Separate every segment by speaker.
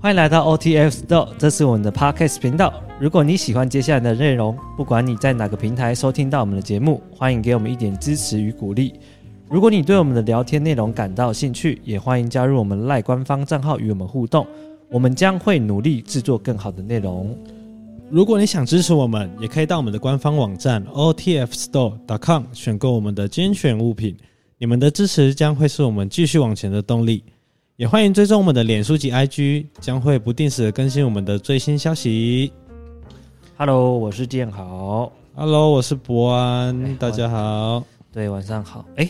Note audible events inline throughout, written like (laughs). Speaker 1: 欢迎来到 OTF Store，这是我们的 Podcast 频道。如果你喜欢接下来的内容，不管你在哪个平台收听到我们的节目，欢迎给我们一点支持与鼓励。如果你对我们的聊天内容感到兴趣，也欢迎加入我们赖官方账号与我们互动。我们将会努力制作更好的内容。
Speaker 2: 如果你想支持我们，也可以到我们的官方网站 otfstore.com 选购我们的精选物品。你们的支持将会是我们继续往前的动力。也欢迎追踪我们的脸书及 IG，将会不定时的更新我们的最新消息。
Speaker 1: Hello，我是建豪。
Speaker 2: Hello，我是博安，
Speaker 1: 哎
Speaker 2: 大家好。
Speaker 1: 对，晚上好。哎，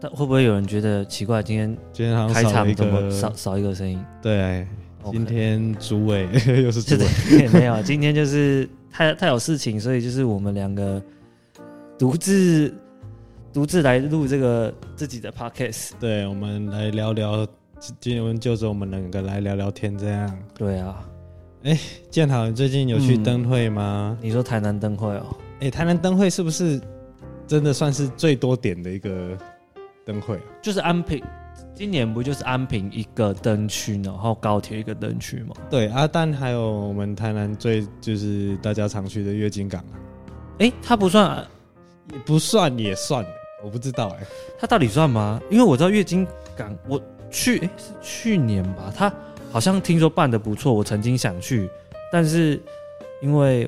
Speaker 1: 但会不会有人觉得奇怪？今天
Speaker 2: 今天好
Speaker 1: 开
Speaker 2: 像少了
Speaker 1: 场
Speaker 2: 一
Speaker 1: 怎么
Speaker 2: 个，
Speaker 1: 少少一个声音？
Speaker 2: 对，
Speaker 1: OK
Speaker 2: 今天
Speaker 1: (laughs)
Speaker 2: 主委又是
Speaker 1: 是
Speaker 2: 主
Speaker 1: 的
Speaker 2: 委，，
Speaker 1: (laughs) 也没有。今天就是太太有事情，所以就是我们两个独自独自来录这个自己的 podcast。
Speaker 2: 对，我们来聊聊，今天就着我们两个来聊聊天这样。
Speaker 1: 对啊，
Speaker 2: 建豪，你最近有去
Speaker 1: 嗯
Speaker 2: 灯会吗？
Speaker 1: 你说台南灯会哦，
Speaker 2: 哎、台南灯会是不是真的算是最多点的一个灯会啊？
Speaker 1: 就是安平，今年不就是安平一个灯区，然后高铁一个灯区吗？
Speaker 2: 对啊，但还有我们台南最就是大家常去的月经港啊，
Speaker 1: 哎，它不算，
Speaker 2: 也不算也算，我不知道哎、
Speaker 1: 它到底算吗？因为我知道月经港，我去诶是去年吧，它好像听说办的不错，我曾经想去，但是因为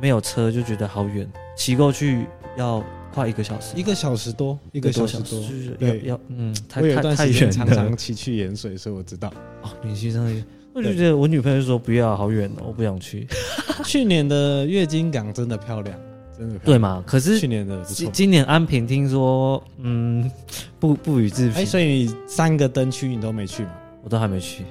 Speaker 1: 没有车，就觉得好远，骑过去要快一个小时，
Speaker 2: 一个小时多，一个小时多，
Speaker 1: 就是要
Speaker 2: 对。
Speaker 1: 要嗯，太
Speaker 2: 我有一
Speaker 1: 太
Speaker 2: 段
Speaker 1: 太
Speaker 2: 时间
Speaker 1: 远
Speaker 2: 常
Speaker 1: 了
Speaker 2: 常。骑去盐水，所以我知 (laughs) 道。
Speaker 1: 哦，你去上一个，我就觉得我女朋友就说不要，好远哦，我不想
Speaker 2: (laughs)
Speaker 1: 去，
Speaker 2: 去年的月经港真的漂亮，真的漂
Speaker 1: 对
Speaker 2: 亮。
Speaker 1: 嘛？可是
Speaker 2: 去年的不错
Speaker 1: 今。今年安平听说，嗯，不不予置
Speaker 2: 哎、
Speaker 1: 评，
Speaker 2: 所以你三个灯区你都没去吗？
Speaker 1: 我都还没去，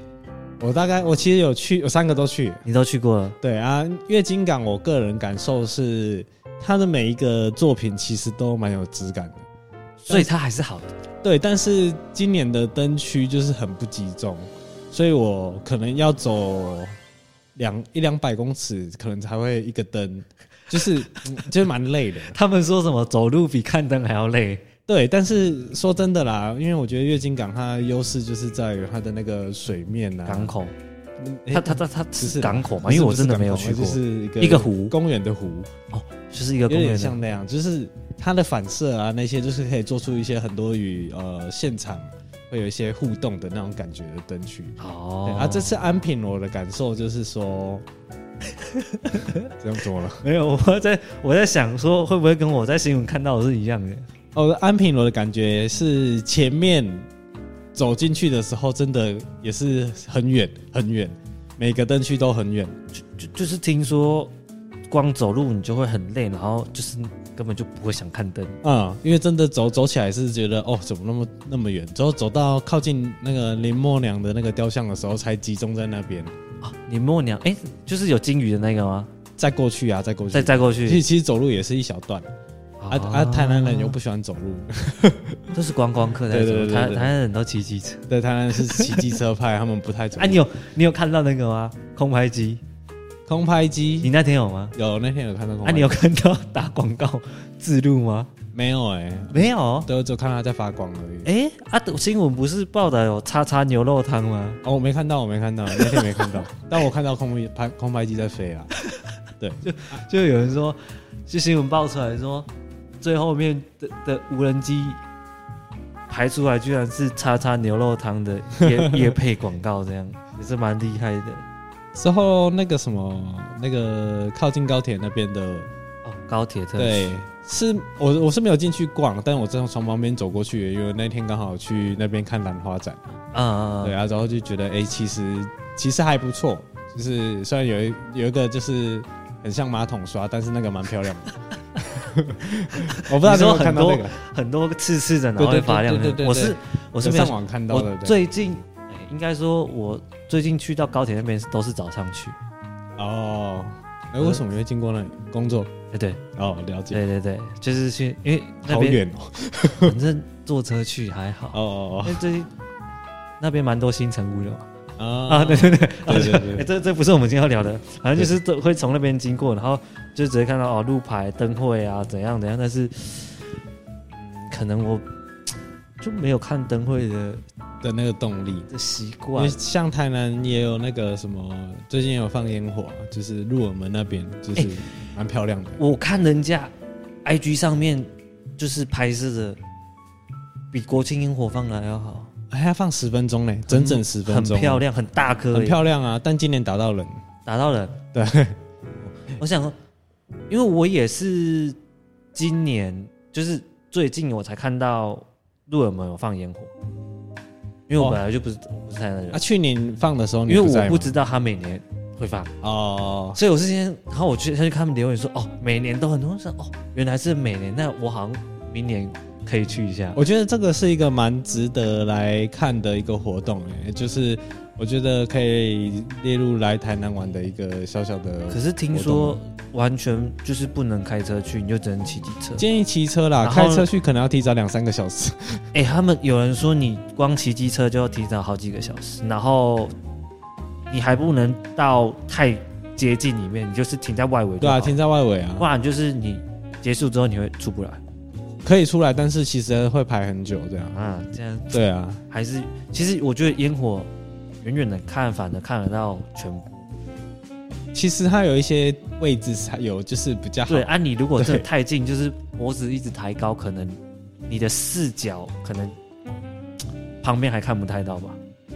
Speaker 2: 我大概我其实有去，有三个都去。
Speaker 1: 你都去过了，
Speaker 2: 对啊，月经港我个人感受是，他的每一个作品其实都蛮有质感的。哎
Speaker 1: 所以它还是好的。
Speaker 2: 对，但是今年的灯区就是很不集中，所以我可能要走两一两百公尺，可能才会一个灯，就是、嗯 (laughs) 就是蛮累的。
Speaker 1: (laughs) 他们说什么走路比看灯还要累，
Speaker 2: 对，但是说真的啦，因为我觉得月经港它的优势就是在于它的那个水面啊，
Speaker 1: 港口，
Speaker 2: 嗯，
Speaker 1: 它它它它哎是
Speaker 2: 是
Speaker 1: 港口嘛？
Speaker 2: 不是
Speaker 1: 因为我
Speaker 2: 不是
Speaker 1: 真的
Speaker 2: 港
Speaker 1: 没有
Speaker 2: 口
Speaker 1: 去
Speaker 2: 它
Speaker 1: 过，
Speaker 2: 就是一个
Speaker 1: 一个湖
Speaker 2: 公园的湖，
Speaker 1: 就是一个公
Speaker 2: 有
Speaker 1: 园
Speaker 2: 点
Speaker 1: 的
Speaker 2: 像那样，就是它的反射啊，那些就是可以做出一些很多与呃现场会有一些互动的那种感觉的灯区。对
Speaker 1: 哦
Speaker 2: 啊，这次安品我的感受就是说， (laughs) 这样怎么了？
Speaker 1: (laughs) 没有，我在我在想说会不会跟我在新闻看到的是一样的？
Speaker 2: 哦，安品我的感觉是前面走进去的时候，真的也是很远很远，每个灯区都很远。
Speaker 1: 就就是听说光走路你就会很累，然后就是根本就不会想看灯。
Speaker 2: 嗯，因为真的走走起来是觉得哦，怎么那么那么远？之后走到靠近那个林默娘的那个雕像的时候，才集中在那边。
Speaker 1: 啊，你默娘，哎、就是有金鱼的那个吗？
Speaker 2: 再过去啊，再过去。
Speaker 1: 再再过
Speaker 2: 其实
Speaker 1: 去，哦
Speaker 2: 其实走路也是一小段，啊啊，台南人又不喜欢走路， (laughs)
Speaker 1: 都是观光客在
Speaker 2: 对
Speaker 1: 走
Speaker 2: 对，对对
Speaker 1: 台
Speaker 2: 对
Speaker 1: 台南人都骑机车。
Speaker 2: 对，台南是骑机车派，他们不太走路。
Speaker 1: 哎、你有你有看到那个吗？空拍机，
Speaker 2: 空拍
Speaker 1: 你
Speaker 2: 机
Speaker 1: 那天有吗？
Speaker 2: 有那天有看到空
Speaker 1: 啊，
Speaker 2: 拍
Speaker 1: 你
Speaker 2: 机？
Speaker 1: 有看到打广告自录吗？
Speaker 2: 没有哎、
Speaker 1: (laughs) 没有。
Speaker 2: 对，我只有看到他在发光而已。
Speaker 1: 哎、啊，新闻不是报道有叉叉牛肉汤吗？
Speaker 2: 哦，我没看到，我没看到，那天没看
Speaker 1: (laughs)
Speaker 2: 到，但我看到空拍空拍机在飞啊。
Speaker 1: 就有人说，就新闻爆出来说，最后面的的无人机排出来居然是叉叉牛肉汤的夜夜配广告，这
Speaker 2: (laughs)
Speaker 1: 样也是蛮厉害的
Speaker 2: 之后那个什么，那个靠近高铁那边的
Speaker 1: 哦。高铁特啊
Speaker 2: 对
Speaker 1: 区，
Speaker 2: 是我我是没有进去逛，但我正从旁边走过去，因为那天刚好去那边看兰花展，
Speaker 1: 啊
Speaker 2: 对，啊，然后就觉得哎、诶其实其实还不错，就是虽然有一有一个就是很像马桶刷，但是那个蛮漂亮的。 (laughs) 我不知道
Speaker 1: 你
Speaker 2: 你有
Speaker 1: 说
Speaker 2: 没有看到那
Speaker 1: 很
Speaker 2: 个，
Speaker 1: 很多刺刺的，然
Speaker 2: 对
Speaker 1: 后
Speaker 2: 对
Speaker 1: 会发亮
Speaker 2: 对对对。对
Speaker 1: 我是我是没
Speaker 2: 上
Speaker 1: 有，
Speaker 2: 网看到的
Speaker 1: 我。
Speaker 2: 对
Speaker 1: 最近、哎应该说，我最近去到高铁那边都是早上去。
Speaker 2: 哦，哎、为什么会经过那里工作？
Speaker 1: 哎，对
Speaker 2: 哦，了解，
Speaker 1: 对对对，就是去，因为那
Speaker 2: 好
Speaker 1: 边
Speaker 2: 远哦。
Speaker 1: 反正坐车去还好，
Speaker 2: 哦
Speaker 1: 因为最近那边蛮多新城屋的嘛。
Speaker 2: 哦哦
Speaker 1: 啊，对对对，
Speaker 2: 对对对
Speaker 1: (laughs) 哎这这不是我们今天要聊的，反正就是都会从那边经过，然后就直接看到哦路牌、灯会啊，怎样怎样，但是、嗯可能我就没有看灯会的
Speaker 2: 的那个动力。
Speaker 1: 的习
Speaker 2: 因为
Speaker 1: 惯。
Speaker 2: 像台南也有那个什么，最近有放烟火，啊就是鹿耳门那边，就是蛮漂亮的。
Speaker 1: 我看人家 IG 上面就是拍摄的，比国庆烟火放的还要好，
Speaker 2: 还要放十分钟呢，整整十分钟，
Speaker 1: 很漂，亮，很大颗耶，
Speaker 2: 很漂亮啊！但今年打到人，
Speaker 1: 打到人。
Speaker 2: 对，
Speaker 1: 我想说，因为我也是今年，就是最近我才看到鹿耳门有放烟火，因为我
Speaker 2: 哦
Speaker 1: 本来就不是、不是台南人，
Speaker 2: 啊，去年放的时候
Speaker 1: 因
Speaker 2: 你
Speaker 1: 为
Speaker 2: 在
Speaker 1: 我
Speaker 2: 吗
Speaker 1: 不知道他每年会放，
Speaker 2: 哦，
Speaker 1: 所以我是先，然后我去他去看他们留言说，哦，每年都很多人说，哦，原来是每年，那我好像明年可以去一下。
Speaker 2: 我觉得这个是一个蛮值得来看的一个活动，哎，就是我觉得可以列入来台南玩的一个小小的。
Speaker 1: 可是听说完全就是不能开车去，你就只能骑机车。
Speaker 2: 建议骑车啦，
Speaker 1: 然后
Speaker 2: 开车去可能要提早两三个小
Speaker 1: (laughs)
Speaker 2: 时。
Speaker 1: 哎、他们有人说你光骑机车就要提早好几个小时，然后你还不能到太接近里面，你就是停在外围就
Speaker 2: 对
Speaker 1: 好。
Speaker 2: 啊，停在外围啊
Speaker 1: 不，然就是你结束之后你会出不来
Speaker 2: 可以出来，但是其实会排很久这样。
Speaker 1: 啊。这样
Speaker 2: 对啊，
Speaker 1: 还是其实我觉得烟火远远的看，反而看得到全部。
Speaker 2: 其实它有一些位置才有，就是比较好
Speaker 1: 对，啊，你如果真的
Speaker 2: 对
Speaker 1: 太近，就是脖子一直抬高，可能你的视角可能旁边还看不太到吧，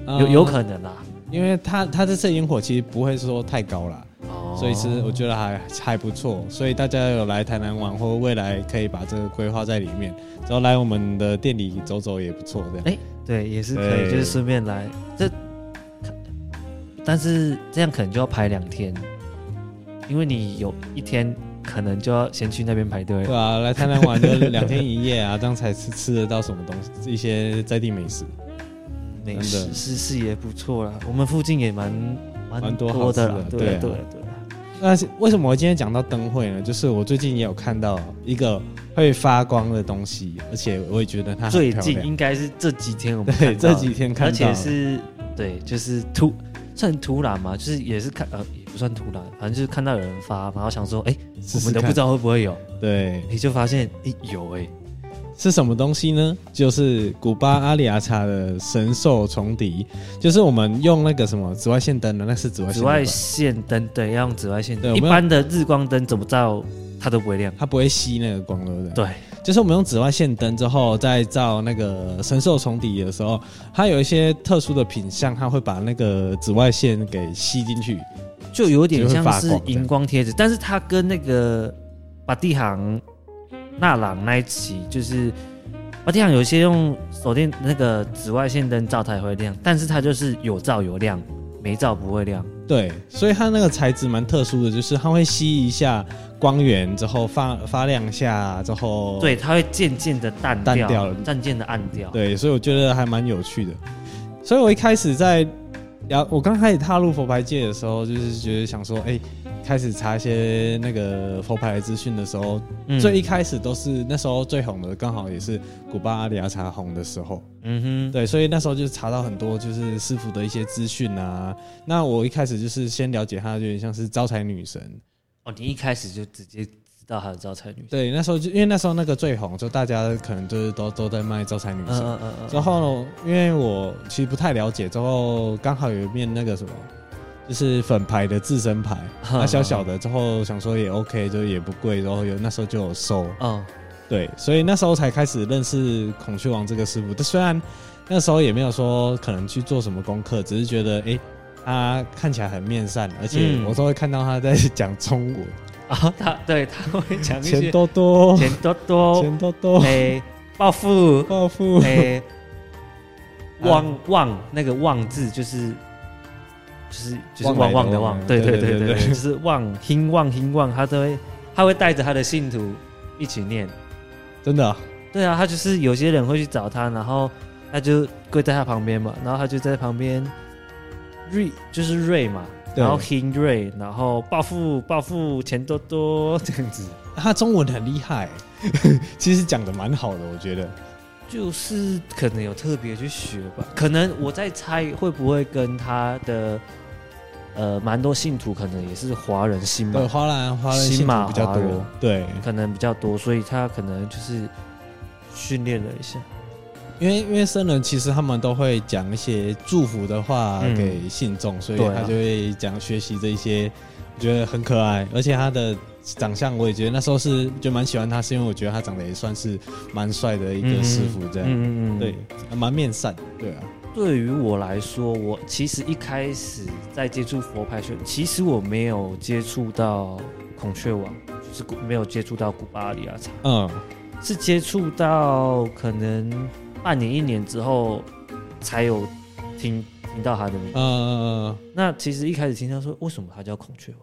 Speaker 1: 有有
Speaker 2: 能。
Speaker 1: 可能啊啦。
Speaker 2: 嗯因为它它这次烟火其实不会说太高啦，
Speaker 1: 哦
Speaker 2: 所以其实我觉得还还不错，所以大家有来台南玩或未来可以把这个规划在里面，然后来我们的店里走走也不错，这样。
Speaker 1: 哎对，也是可以，
Speaker 2: 对
Speaker 1: 就是顺便来这，但是这样可能就要排两天，因为你有一天可能就要先去那边排队
Speaker 2: 对。啊，来台南玩就两天一夜啊，这样才吃吃得到什么东西，一些在地美食。
Speaker 1: 美
Speaker 2: 真的
Speaker 1: 食是是也不错啦，我们附近也蛮蛮
Speaker 2: 蛮多
Speaker 1: 多的
Speaker 2: 好
Speaker 1: 啦
Speaker 2: 吃，的
Speaker 1: 对啊
Speaker 2: 对
Speaker 1: 对
Speaker 2: 啊
Speaker 1: 啊对啊。
Speaker 2: 那是为什么我今天讲到灯会呢？就是我最近也有看到一个会发光的东西，而且我也觉得它很
Speaker 1: 最
Speaker 2: 漂
Speaker 1: 近
Speaker 2: 亮
Speaker 1: 应该是这几天我们
Speaker 2: 对
Speaker 1: 看到的
Speaker 2: 这几天看
Speaker 1: 而
Speaker 2: 到
Speaker 1: 且
Speaker 2: 的
Speaker 1: 是对，就是突算突然嘛，就是也是看呃也不算突然，反正就是看到有人发，然后想说哎、
Speaker 2: 试
Speaker 1: 我
Speaker 2: 试
Speaker 1: 们都不
Speaker 2: 看
Speaker 1: 知道会不会有，
Speaker 2: 对
Speaker 1: 你就发现哎、有哎、
Speaker 2: 是什么东西呢？就是古巴阿里阿查的神兽虫笛，就是我们用那个什么紫外线灯的，那是紫外线
Speaker 1: 紫
Speaker 2: 灯吧
Speaker 1: 外线灯对，要用紫外线
Speaker 2: 对
Speaker 1: 灯，
Speaker 2: 我
Speaker 1: 一
Speaker 2: 们
Speaker 1: 般的日光灯怎么照它都不会亮，
Speaker 2: 它不会吸那个光，对不对？
Speaker 1: 对，
Speaker 2: 就是我们用紫外线灯之后，再照那个神兽虫笛的时候，它有一些特殊的品相，它会把那个紫外线给吸进去。
Speaker 1: 就有点像
Speaker 2: 就会
Speaker 1: 是
Speaker 2: 发光
Speaker 1: 荧光贴纸，但是它跟那个巴蒂行纳朗那一期就是。巴蒂行有一些用手电那个紫外线灯照它也会亮，但是它就是有照有亮，没照不会亮。
Speaker 2: 对，所以它那个材质蛮特殊的，就是它会吸一下光源之后发发亮一下之后，
Speaker 1: 对，它会渐渐的淡掉，
Speaker 2: 哦淡掉了
Speaker 1: 渐渐的暗掉。
Speaker 2: 对，所以我觉得还蛮有趣的。所以我一开始在聊，我刚开始踏入佛牌界的时候，就是觉得想说，哎、开始查一些那个佛牌的资讯的时候，
Speaker 1: 嗯
Speaker 2: 最一开始都是那时候最红的，刚好也是古巴阿里阿查红的时候。
Speaker 1: 嗯哼，
Speaker 2: 对，所以那时候就查到很多就是师傅的一些资讯啊。那我一开始就是先了解她，有点像是招财女神。
Speaker 1: 哦，你一开始就直接知道它的招财女神。
Speaker 2: 对，那时候就因为那时候那个最红，就大家可能就是都都在卖招财女神。
Speaker 1: 嗯嗯嗯嗯，
Speaker 2: 之后，因为我其实不太了解，之后刚好有一面那个什么，就是粉牌的自
Speaker 1: (laughs)
Speaker 2: 身牌，
Speaker 1: 嗯
Speaker 2: 它小小的，之后想说也 OK，就也不贵，然后有那时候就有收，
Speaker 1: 哦，
Speaker 2: 对，所以那时候才开始认识孔雀王这个师傅。但虽然那时候也没有说可能去做什么功课，只是觉得诶，他看起来很面善，而且
Speaker 1: 嗯
Speaker 2: 我都会看到他在讲中
Speaker 1: (laughs)
Speaker 2: 文，
Speaker 1: 啊，他对他会讲一
Speaker 2: 钱
Speaker 1: 些
Speaker 2: 多
Speaker 1: (laughs)
Speaker 2: 多，
Speaker 1: 钱多多，
Speaker 2: 哦钱多
Speaker 1: (laughs)
Speaker 2: 多，，
Speaker 1: 哎，暴富
Speaker 2: 哦暴富，
Speaker 1: (laughs)
Speaker 2: (laughs)
Speaker 1: 哎，
Speaker 2: 啊
Speaker 1: 旺旺那个旺字就是就是就是
Speaker 2: 旺来
Speaker 1: 旺旺的
Speaker 2: 的旺
Speaker 1: 旺，对
Speaker 2: 对
Speaker 1: 对
Speaker 2: 对
Speaker 1: 对
Speaker 2: 对
Speaker 1: 对
Speaker 2: 对
Speaker 1: 对，就是旺兴旺兴旺，他都会他会带着他的信徒一起念。
Speaker 2: 真的啊、
Speaker 1: 对啊，他就是有些人会去找他，然后他就跪在他旁边嘛，然后他就在旁边瑞就是瑞嘛，
Speaker 2: 对
Speaker 1: 然后兴瑞，然后暴富暴富钱多多这样子。
Speaker 2: 他中文很厉害，其实讲的蛮好的，我觉得。
Speaker 1: 就是可能有特别去学吧，可能我在猜会不会跟他的呃蛮多信徒可能也是华人信
Speaker 2: 对，
Speaker 1: 嘛，
Speaker 2: 花兰花兰信
Speaker 1: 新马
Speaker 2: 徒比较
Speaker 1: 华人
Speaker 2: 多，对
Speaker 1: 可能比较多，所以他可能就是训练了一下。
Speaker 2: 因为因为僧人其实他们都会讲一些祝福的话
Speaker 1: 嗯
Speaker 2: 给信众，所以
Speaker 1: 对啊
Speaker 2: 他就会讲学习这一些，我觉得很可爱，而且他的长相我也觉得那时候是就蛮喜欢他，是因为我觉得他长得也算是蛮帅的一个师傅这样，
Speaker 1: 嗯
Speaker 2: 对，蛮面善，对啊，
Speaker 1: 对于我来说，我其实一开始在接触佛牌学，其实我没有接触到孔雀王，就是古没有接触到古巴啊阿里亚茶，
Speaker 2: 嗯
Speaker 1: 是接触到可能半年一年之后才有听听到他的名字。
Speaker 2: 呃
Speaker 1: 那其实一开始听他说，为什么他叫孔雀王，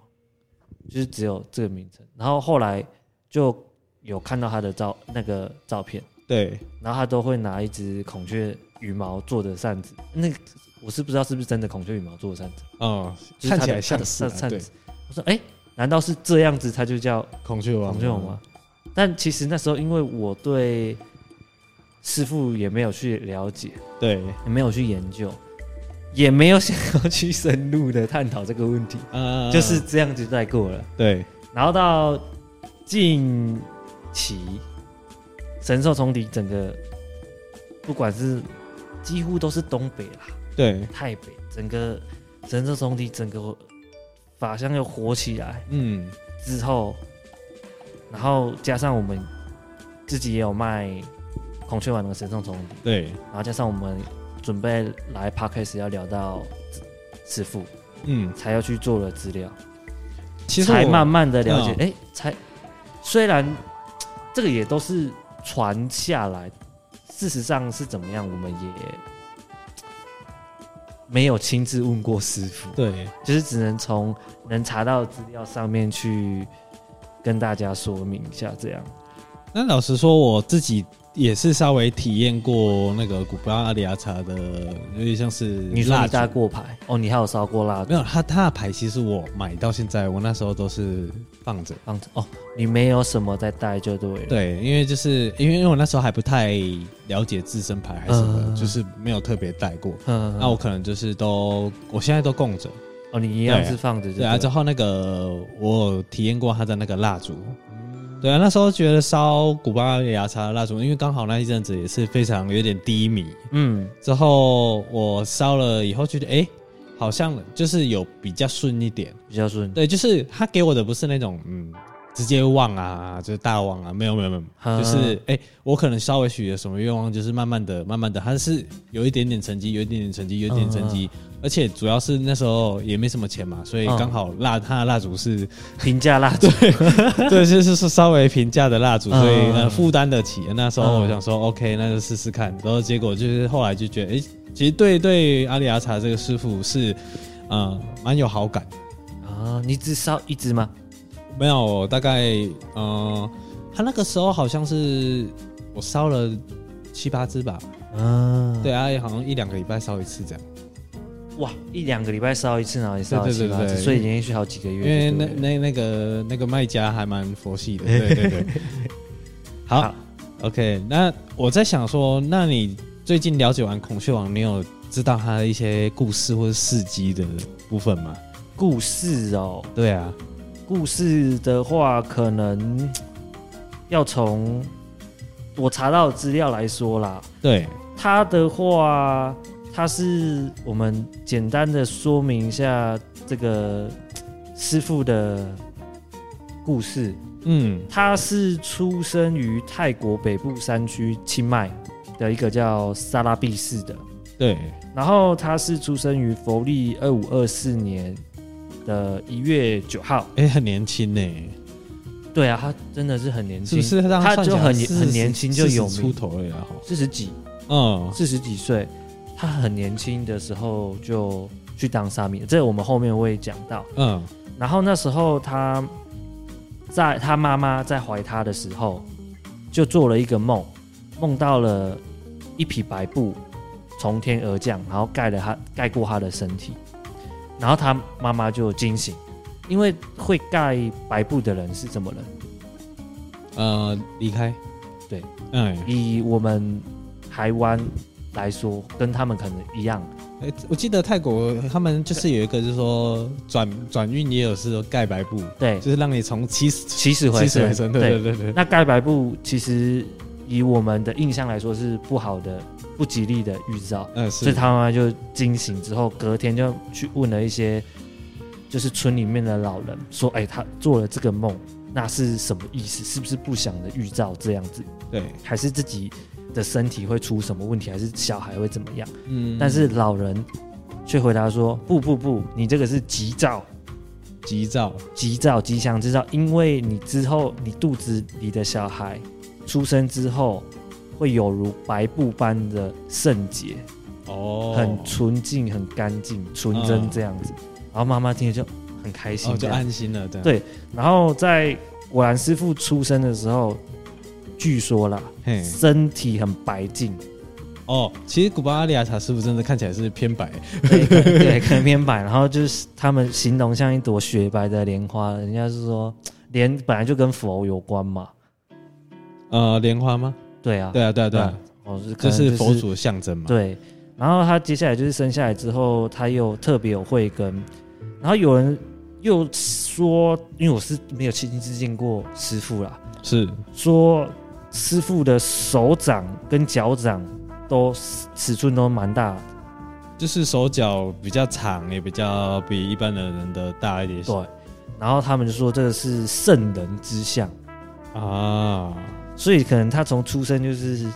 Speaker 1: 就是只有这个名称。然后后来就有看到他的照那个照片，
Speaker 2: 对，
Speaker 1: 然后他都会拿一只孔雀羽毛做的扇子，那个我是不知道是不是真的孔雀羽毛做的扇子，
Speaker 2: 嗯，
Speaker 1: 就是他
Speaker 2: 看
Speaker 1: 的
Speaker 2: 起来像
Speaker 1: 他
Speaker 2: 是
Speaker 1: 的
Speaker 2: 啊
Speaker 1: 扇
Speaker 2: 对
Speaker 1: 子。我说，哎、难道是这样子，它就叫
Speaker 2: 孔雀王，
Speaker 1: 孔雀王吗？？但其实那时候因为我对师傅也没有去了解，
Speaker 2: 对，
Speaker 1: 也没有去研究，也没有 (laughs) 想要去深入的探讨这个问题，
Speaker 2: 呃，
Speaker 1: 就是这样子带过了。
Speaker 2: 对，
Speaker 1: 然后到近期，神兽重敌整个，不管是几乎都是东北啦、
Speaker 2: 对，
Speaker 1: 台北，整个神兽重敌整个法香又火起来
Speaker 2: 嗯，
Speaker 1: 之后，然后加上我们自己也有卖孔雀丸的神兽重敌，
Speaker 2: 对，
Speaker 1: 然后加上我们准备来 p a r k a s 要聊到师傅，
Speaker 2: 嗯，
Speaker 1: 才要去做了资料。
Speaker 2: 其实
Speaker 1: 才
Speaker 2: 我
Speaker 1: 慢慢的了解，
Speaker 2: 嗯
Speaker 1: 哎、才虽然这个也都是传下来，事实上是怎么样，我们也没有亲自问过师傅，
Speaker 2: 对，
Speaker 1: 就是只能从能查到的资料上面去跟大家说明一下，这样。
Speaker 2: 那老实说，我自己也是稍微体验过那个古巴阿里亚茶的，有点像是
Speaker 1: 你说
Speaker 2: 蜡
Speaker 1: 你
Speaker 2: 烛
Speaker 1: 搭过牌哦，你还有烧过蜡烛
Speaker 2: 没有，它它的牌其实我买到现在，我那时候都是放着。
Speaker 1: 放着哦，你没有什么在带就对了。
Speaker 2: 对，因为就是因为因为我那时候还不太了解自身牌还是什么，
Speaker 1: 嗯
Speaker 2: 就是没有特别带过。
Speaker 1: 嗯，
Speaker 2: 啊那我可能就是都，我现在都供着。
Speaker 1: 哦，你一样
Speaker 2: 对
Speaker 1: 是放着就
Speaker 2: 对啊，
Speaker 1: 了
Speaker 2: 之后那个我有体验过它的那个蜡烛，对啊，那时候觉得烧古巴阿里亚茶的蜡烛，因为刚好那一阵子也是非常有点低迷，
Speaker 1: 嗯
Speaker 2: 之后我烧了以后觉得，哎、好像就是有比较顺一点。
Speaker 1: 比较顺，
Speaker 2: 对，就是他给我的不是那种嗯直接旺啊，就是大旺啊，没有没有没有，
Speaker 1: 啊
Speaker 2: 就是哎、诶我可能稍微许了什么愿望，就是慢慢的慢慢的，它是有一点点成绩，有一点点成绩，有一点点成绩，而且主要是那时候也没什么钱嘛，所以
Speaker 1: 嗯
Speaker 2: 刚好蜡它的蜡烛是， (laughs)
Speaker 1: 平价蜡烛，
Speaker 2: 对，就是是稍微平价的蜡烛，所以
Speaker 1: 嗯
Speaker 2: 呃负担得起。那时候
Speaker 1: 嗯
Speaker 2: 我想说 OK，那就试试看，然后结果就是后来就觉得，哎、其实对对阿里阿查这个师傅是。嗯，蛮有好感的
Speaker 1: 啊，你只烧一支吗？
Speaker 2: 没有，大概嗯、呃他那个时候好像是我烧了七八支吧，
Speaker 1: 啊，
Speaker 2: 对啊，也好像一两个礼拜烧一次这样，
Speaker 1: 哇，一两个礼拜烧一次，然后也烧了七八
Speaker 2: 对对对
Speaker 1: 次，
Speaker 2: 对
Speaker 1: 所以连续好几个
Speaker 2: 因
Speaker 1: 月就对
Speaker 2: 为
Speaker 1: 了。
Speaker 2: 那那那个那个卖家还蛮佛系的，对对对。好
Speaker 1: 好
Speaker 2: o k 那我在想说，那你最近了解完孔雀王，你有知道他的一些故事或者事迹的部分吗？
Speaker 1: 故事哦，
Speaker 2: 对啊，
Speaker 1: 故事的话，可能要从我查到的资料来说啦。
Speaker 2: 对，
Speaker 1: 它的话，它是我们简单的说明一下这个师傅的故事。
Speaker 2: 嗯，
Speaker 1: 他是出生于泰国北部山区清迈的一个叫萨拉碧市的。
Speaker 2: 对，
Speaker 1: 然后他是出生于佛历二五二四年的一月九号。
Speaker 2: 哎、很年轻呢、
Speaker 1: 对啊，他真的是很年轻，
Speaker 2: 是不是让
Speaker 1: 他
Speaker 2: 算起
Speaker 1: 就
Speaker 2: 来
Speaker 1: 很
Speaker 2: 40
Speaker 1: 很年轻就有
Speaker 2: 40
Speaker 1: 名
Speaker 2: 出头了呀？
Speaker 1: 四十几、
Speaker 2: 嗯，
Speaker 1: 四十几岁，他很年轻的时候就去当沙弥，这我们后面会讲到。
Speaker 2: 嗯
Speaker 1: 然后那时候他在他妈妈在怀他的时候，就做了一个梦，梦到了一匹白布从天而降，然后盖了他盖过他的身体，然后他妈妈就惊醒，因为会盖白布的人是什么人？
Speaker 2: 呃，离开，
Speaker 1: 对，
Speaker 2: 嗯，
Speaker 1: 以我们台湾来说，跟他们可能一样，
Speaker 2: 诶哎我记得泰国他们就是有一个，就是说转转运也有是说盖白布，
Speaker 1: 对
Speaker 2: 就，是让你从起死
Speaker 1: 起死回
Speaker 2: 起死
Speaker 1: 生，
Speaker 2: 回生，对对对对，
Speaker 1: 那盖白布其实以我们的印象来说是不好的、不吉利的预兆，
Speaker 2: 嗯、
Speaker 1: 所以
Speaker 2: 是
Speaker 1: 他妈妈就惊醒之后，隔天就去问了一些就是村里面的老人，说：“哎、他做了这个梦，那是什么意思？是不是不祥的预兆？这样子，
Speaker 2: 对，
Speaker 1: 还是自己的身体会出什么问题，还是小孩会怎么样？”
Speaker 2: 嗯
Speaker 1: 但是老人却回答说：“不不不，你这个是吉兆。”
Speaker 2: 急躁，
Speaker 1: 吉兆、吉祥之兆，因为你之后你肚子里的小孩出生之后，会有如白布般的圣洁，
Speaker 2: 哦，嗯
Speaker 1: 很纯净、很干净、纯真这样子。然后妈妈听了就很开心
Speaker 2: 哦，
Speaker 1: 这
Speaker 2: 就
Speaker 1: 样。
Speaker 2: 安心了，对，
Speaker 1: 对然后在果然师傅出生的时候，据说啦，
Speaker 2: 嘿，
Speaker 1: 身体很白净， (laughs)
Speaker 2: 哦，其实古巴阿里亚塔师傅真的看起来是偏白，
Speaker 1: 对，可能对，可能偏白。然后就是他们形容像一朵雪白的莲花，人家是说莲本来就跟佛有关嘛，
Speaker 2: 呃，莲花吗？
Speaker 1: 对啊，
Speaker 2: 对啊，对啊，对啊，
Speaker 1: 哦，是可
Speaker 2: 这
Speaker 1: 能
Speaker 2: 是
Speaker 1: 就是
Speaker 2: 佛祖的象征嘛，
Speaker 1: 对，然后他接下来就是生下来之后，他又特别有慧根，然后有人又说，因为我是没有亲自见过师傅啦，
Speaker 2: 是
Speaker 1: 说师傅的手掌跟脚掌都尺寸都蛮大的，
Speaker 2: 就是手脚比较长，也比较比一般的人的大一点
Speaker 1: 对，然后他们就说这个是圣人之相，
Speaker 2: 啊，
Speaker 1: 所以可能他从出生就是，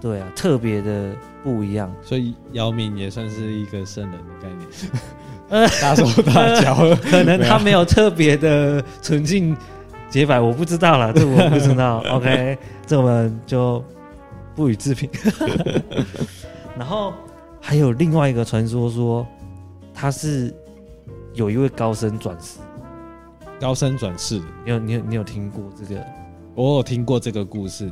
Speaker 1: 对啊，特别的不一样。
Speaker 2: 所以姚明也算是一个圣人的概念，
Speaker 1: 呃
Speaker 2: 大手大脚，
Speaker 1: (laughs) 可能
Speaker 2: 没有
Speaker 1: 他没有特别的纯净洁白，我不知道啦，这我不知道。OK，这我们就不予置评。 (laughs) 然后还有另外一个传说说，他是有一位高僧转世，
Speaker 2: 高僧转世，
Speaker 1: 你有你有你有听过这个？
Speaker 2: 我有听过这个故事，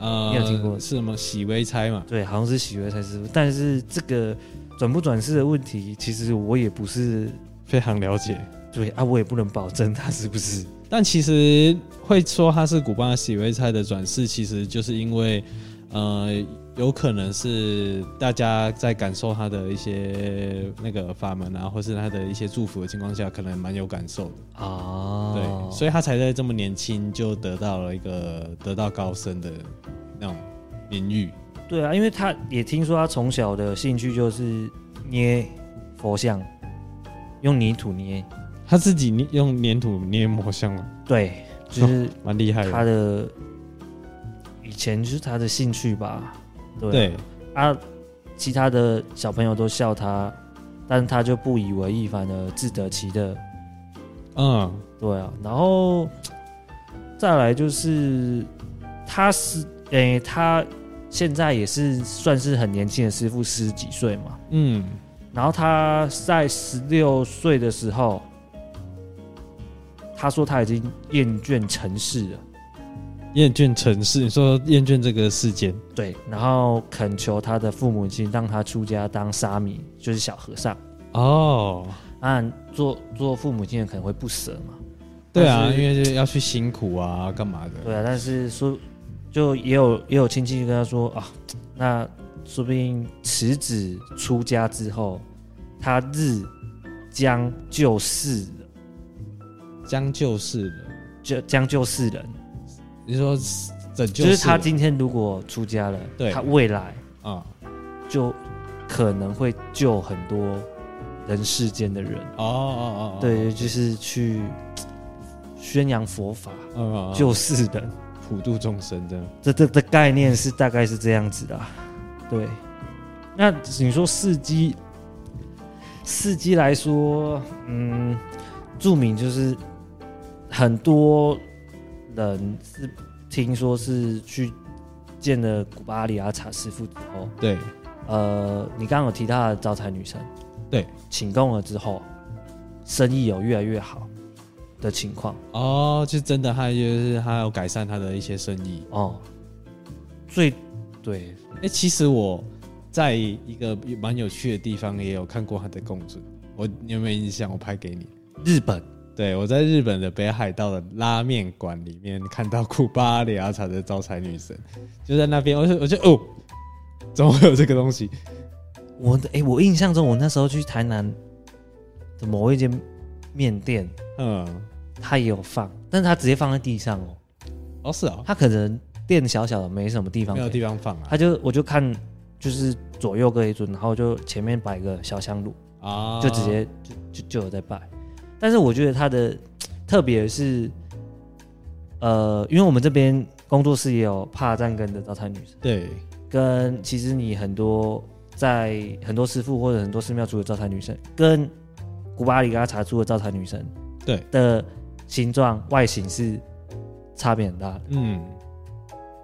Speaker 2: 呃，
Speaker 1: 你有听过
Speaker 2: 是什么喜微差嘛？
Speaker 1: 对，好像是喜悦才师傅，但是这个转不转世的问题，其实我也不是
Speaker 2: 非常了解，
Speaker 1: 对啊，我也不能保证他是不是。
Speaker 2: 但其实会说他是古巴喜微菜的转世，其实就是因为，呃，有可能是大家在感受他的一些那个法门啊，或是他的一些祝福的情况下，可能蛮有感受的，对，
Speaker 1: 哦，
Speaker 2: 所以他才在这么年轻就得到了一个得到高僧的那种名誉，
Speaker 1: 对啊，因为他也听说他从小的兴趣就是捏佛像，用泥土捏。
Speaker 2: 他自己捏用粘土捏魔像嘛，
Speaker 1: 对， (laughs) 哎就是
Speaker 2: 蛮厉害
Speaker 1: 他
Speaker 2: 的，
Speaker 1: 的、以前就是他的兴趣吧。对啊
Speaker 2: 对，
Speaker 1: 啊，其他的小朋友都笑他，但他就不以为意，反而自得其乐。
Speaker 2: 嗯，
Speaker 1: 对啊，然后再来就是他是诶、他现在也是算是很年轻的师傅，十几岁嘛。
Speaker 2: 嗯，
Speaker 1: 然后他在十六岁的时候，他说他已经厌倦尘世了，
Speaker 2: 厌倦尘世，你说厌倦这个世间，
Speaker 1: 对，然后恳求他的父母亲让他出家当沙弥，就是小和尚。
Speaker 2: 哦。
Speaker 1: 当然，做做父母亲的可能会不舍嘛，
Speaker 2: 对啊，
Speaker 1: 但是
Speaker 2: 因为就要去辛苦啊，干嘛的？
Speaker 1: 对啊。但是说，就也有也有亲戚就跟他说啊，那说不定辞职出家之后，他日将就世人，
Speaker 2: 将就世人，
Speaker 1: 就将就世人。
Speaker 2: 你说拯
Speaker 1: 就
Speaker 2: 救
Speaker 1: 是
Speaker 2: 世
Speaker 1: 他
Speaker 2: 人
Speaker 1: 今天如果出家了，
Speaker 2: 对
Speaker 1: 他未来
Speaker 2: 啊
Speaker 1: 就可能会救很多人世间的人。
Speaker 2: 哦哦哦，哦
Speaker 1: 对，，就是去嘖宣扬佛法，
Speaker 2: 嗯嗯，就
Speaker 1: 救世人。
Speaker 2: 普度众生这样。
Speaker 1: 这这这概念是大概是这样子的啊。对，那你说四机，四机来说，嗯，著名就是很多人是听说是去见了古巴里阿查师傅之后，
Speaker 2: 对，
Speaker 1: 呃，你刚刚有提到的招财女神，
Speaker 2: 对，
Speaker 1: 请供了之后，生意有越来越好的情况
Speaker 2: 哦，就真的，他就是他要改善他的一些生意。
Speaker 1: 哦，最对
Speaker 2: 哎，其实我在一个蛮有趣的地方也有看过他的供主，我你有没有印象？我拍给你。
Speaker 1: 日本
Speaker 2: 对，我在日本的北海道的拉面馆里面看到库巴里阿茶的招财女神，就在那边，我就我就哦，怎么会有这个东西？
Speaker 1: 我的哎、我印象中我那时候去台南的某一间面店，
Speaker 2: 嗯，
Speaker 1: 它也有放，但是它直接放在地上哦，
Speaker 2: 哦是哦，
Speaker 1: 它可能店小小的，没什么地方
Speaker 2: 没
Speaker 1: 可
Speaker 2: 有
Speaker 1: 以，
Speaker 2: 地方放啊
Speaker 1: 他就我就看就是左右各一尊，然后就前面摆个小香炉，
Speaker 2: 啊，
Speaker 1: 就直接就就就有在拜。但是我觉得它的特别是，呃，因为我们这边工作室也有怕站跟的招财女神，
Speaker 2: 对
Speaker 1: 跟其实你很多在很多师傅或者很多寺庙出的招财女神，跟古巴里嘎查出的招财女神，
Speaker 2: 对
Speaker 1: 的形状外形是差别很大的，
Speaker 2: 嗯，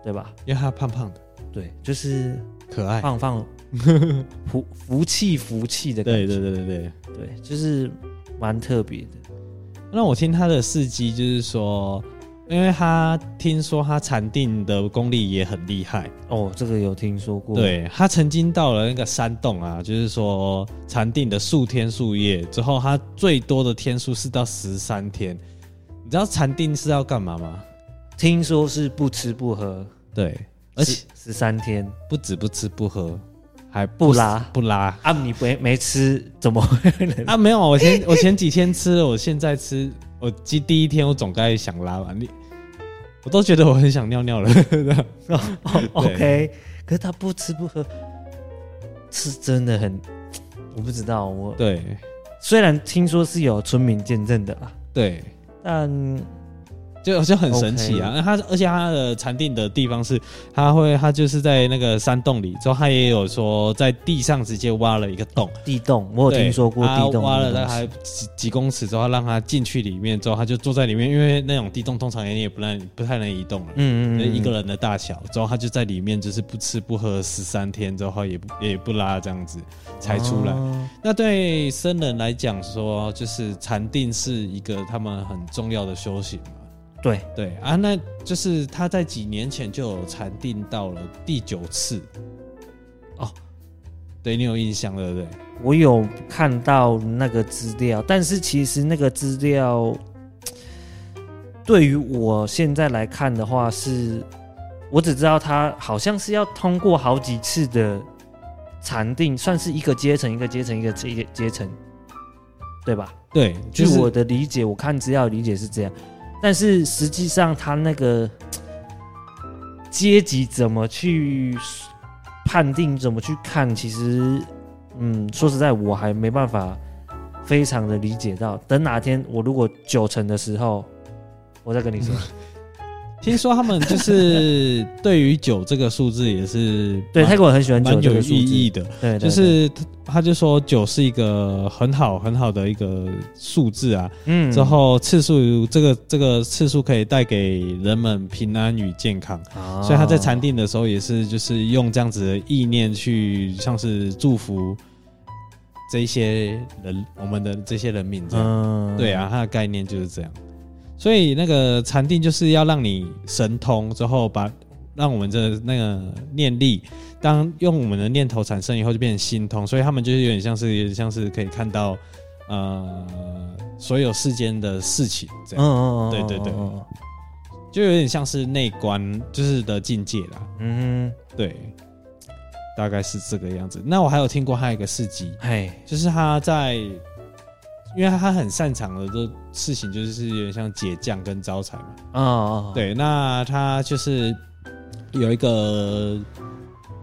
Speaker 1: 对吧？
Speaker 2: 因为他胖胖的，
Speaker 1: 对，就是
Speaker 2: 可爱，
Speaker 1: 放放 (laughs) 福福气福气的感
Speaker 2: 对
Speaker 1: 觉，
Speaker 2: 对对对对。
Speaker 1: 对就是蛮特别的。
Speaker 2: 那我听他的事迹，就是说，因为他听说他禅定的功力也很厉害，
Speaker 1: 哦，这个有听说过。，
Speaker 2: 对他曾经到了那个山洞啊，就是说禅定的数天数夜之后，他最多的天数是到十三天。你知道禅定是要干嘛吗？
Speaker 1: 听说是不吃不喝，
Speaker 2: 对，而且
Speaker 1: 十三天
Speaker 2: 不止不吃不喝，还
Speaker 1: 不拉
Speaker 2: 不拉
Speaker 1: 啊，你没没吃怎么会能？
Speaker 2: 啊！没有，我前我前几天吃了，我现在吃，我记第一天我总该想拉吧？你我都觉得我很想尿尿了。 (laughs)
Speaker 1: 哦 OK，可是他不吃不喝，是真的很，我不知道。我
Speaker 2: 对
Speaker 1: 虽然听说是有村民见证的啊，
Speaker 2: 对，
Speaker 1: 但
Speaker 2: 就就很神奇啊！他而且他的禅定的地方是，他会他就是在那个山洞里，之后他也有说在地上直接挖了一个洞。
Speaker 1: 地洞我有
Speaker 2: 对
Speaker 1: 听说过
Speaker 2: 他
Speaker 1: 地洞
Speaker 2: 挖了
Speaker 1: 这个
Speaker 2: 大
Speaker 1: 东西
Speaker 2: 概几几公尺之后，让他进去里面之后，他就坐在里面，因为那种地洞通常你也不让不太能移动了。
Speaker 1: 嗯嗯
Speaker 2: 就是
Speaker 1: 嗯，
Speaker 2: 一个人的大小，之后他就在里面，就是不吃不喝十三天，之后也不也不拉这样子才出来。
Speaker 1: 哦
Speaker 2: 那对僧人来讲说，就是禅定是一个他们很重要的修行嘛。
Speaker 1: 对，
Speaker 2: 对啊，那就是他在几年前就有禅定到了第九次。
Speaker 1: 哦，
Speaker 2: 对你有印象对不对？
Speaker 1: 我有看到那个资料，但是其实那个资料对于我现在来看的话是，我只知道他好像是要通过好几次的禅定，算是一个阶层一个阶层一个阶阶阶层，对吧？
Speaker 2: 对，
Speaker 1: 据
Speaker 2: 就是
Speaker 1: 我的理解，我看资料理解是这样，但是实际上他那个阶级怎么去判定，怎么去看，其实，嗯，说实在，我还没办法非常的理解到。等哪天我如果九成的时候，我再跟你
Speaker 2: (laughs)
Speaker 1: 说。
Speaker 2: 听说他们就是对于九这个数字也是
Speaker 1: 对，
Speaker 2: 蛮
Speaker 1: 泰国人很喜欢九
Speaker 2: 蛮
Speaker 1: 这
Speaker 2: 有
Speaker 1: 个
Speaker 2: 意
Speaker 1: 数字，
Speaker 2: 义的。
Speaker 1: 对，对
Speaker 2: 就是他他就说九是一个很好很好的一个数字啊，
Speaker 1: 嗯
Speaker 2: 之后次数这个这个次数可以带给人们平安与健康，
Speaker 1: 啊
Speaker 2: 所以他在禅定的时候也是就是用这样子的意念去像是祝福这一些人我们的这些人民这样，
Speaker 1: 嗯
Speaker 2: 对啊，它的概念就是这样。所以那个禅定就是要让你神通之后把，让我们的那个念力，当用我们的念头产生以后就变成心通，所以他们就是有点像是有点像是可以看到呃所有世间的事情这
Speaker 1: 嗯，
Speaker 2: 样，
Speaker 1: 嗯嗯嗯，
Speaker 2: 对对对
Speaker 1: 嗯嗯
Speaker 2: 就有点像是内观就是的境界啦，
Speaker 1: 嗯
Speaker 2: 对，大概是这个样子。那我还有听过还有一个事迹，
Speaker 1: 哼，嘿，
Speaker 2: 就是他在，因为他很擅长的都事情，就是有点像解降跟招财嘛。
Speaker 1: 哦哦，哦，
Speaker 2: 对，那他就是有一个，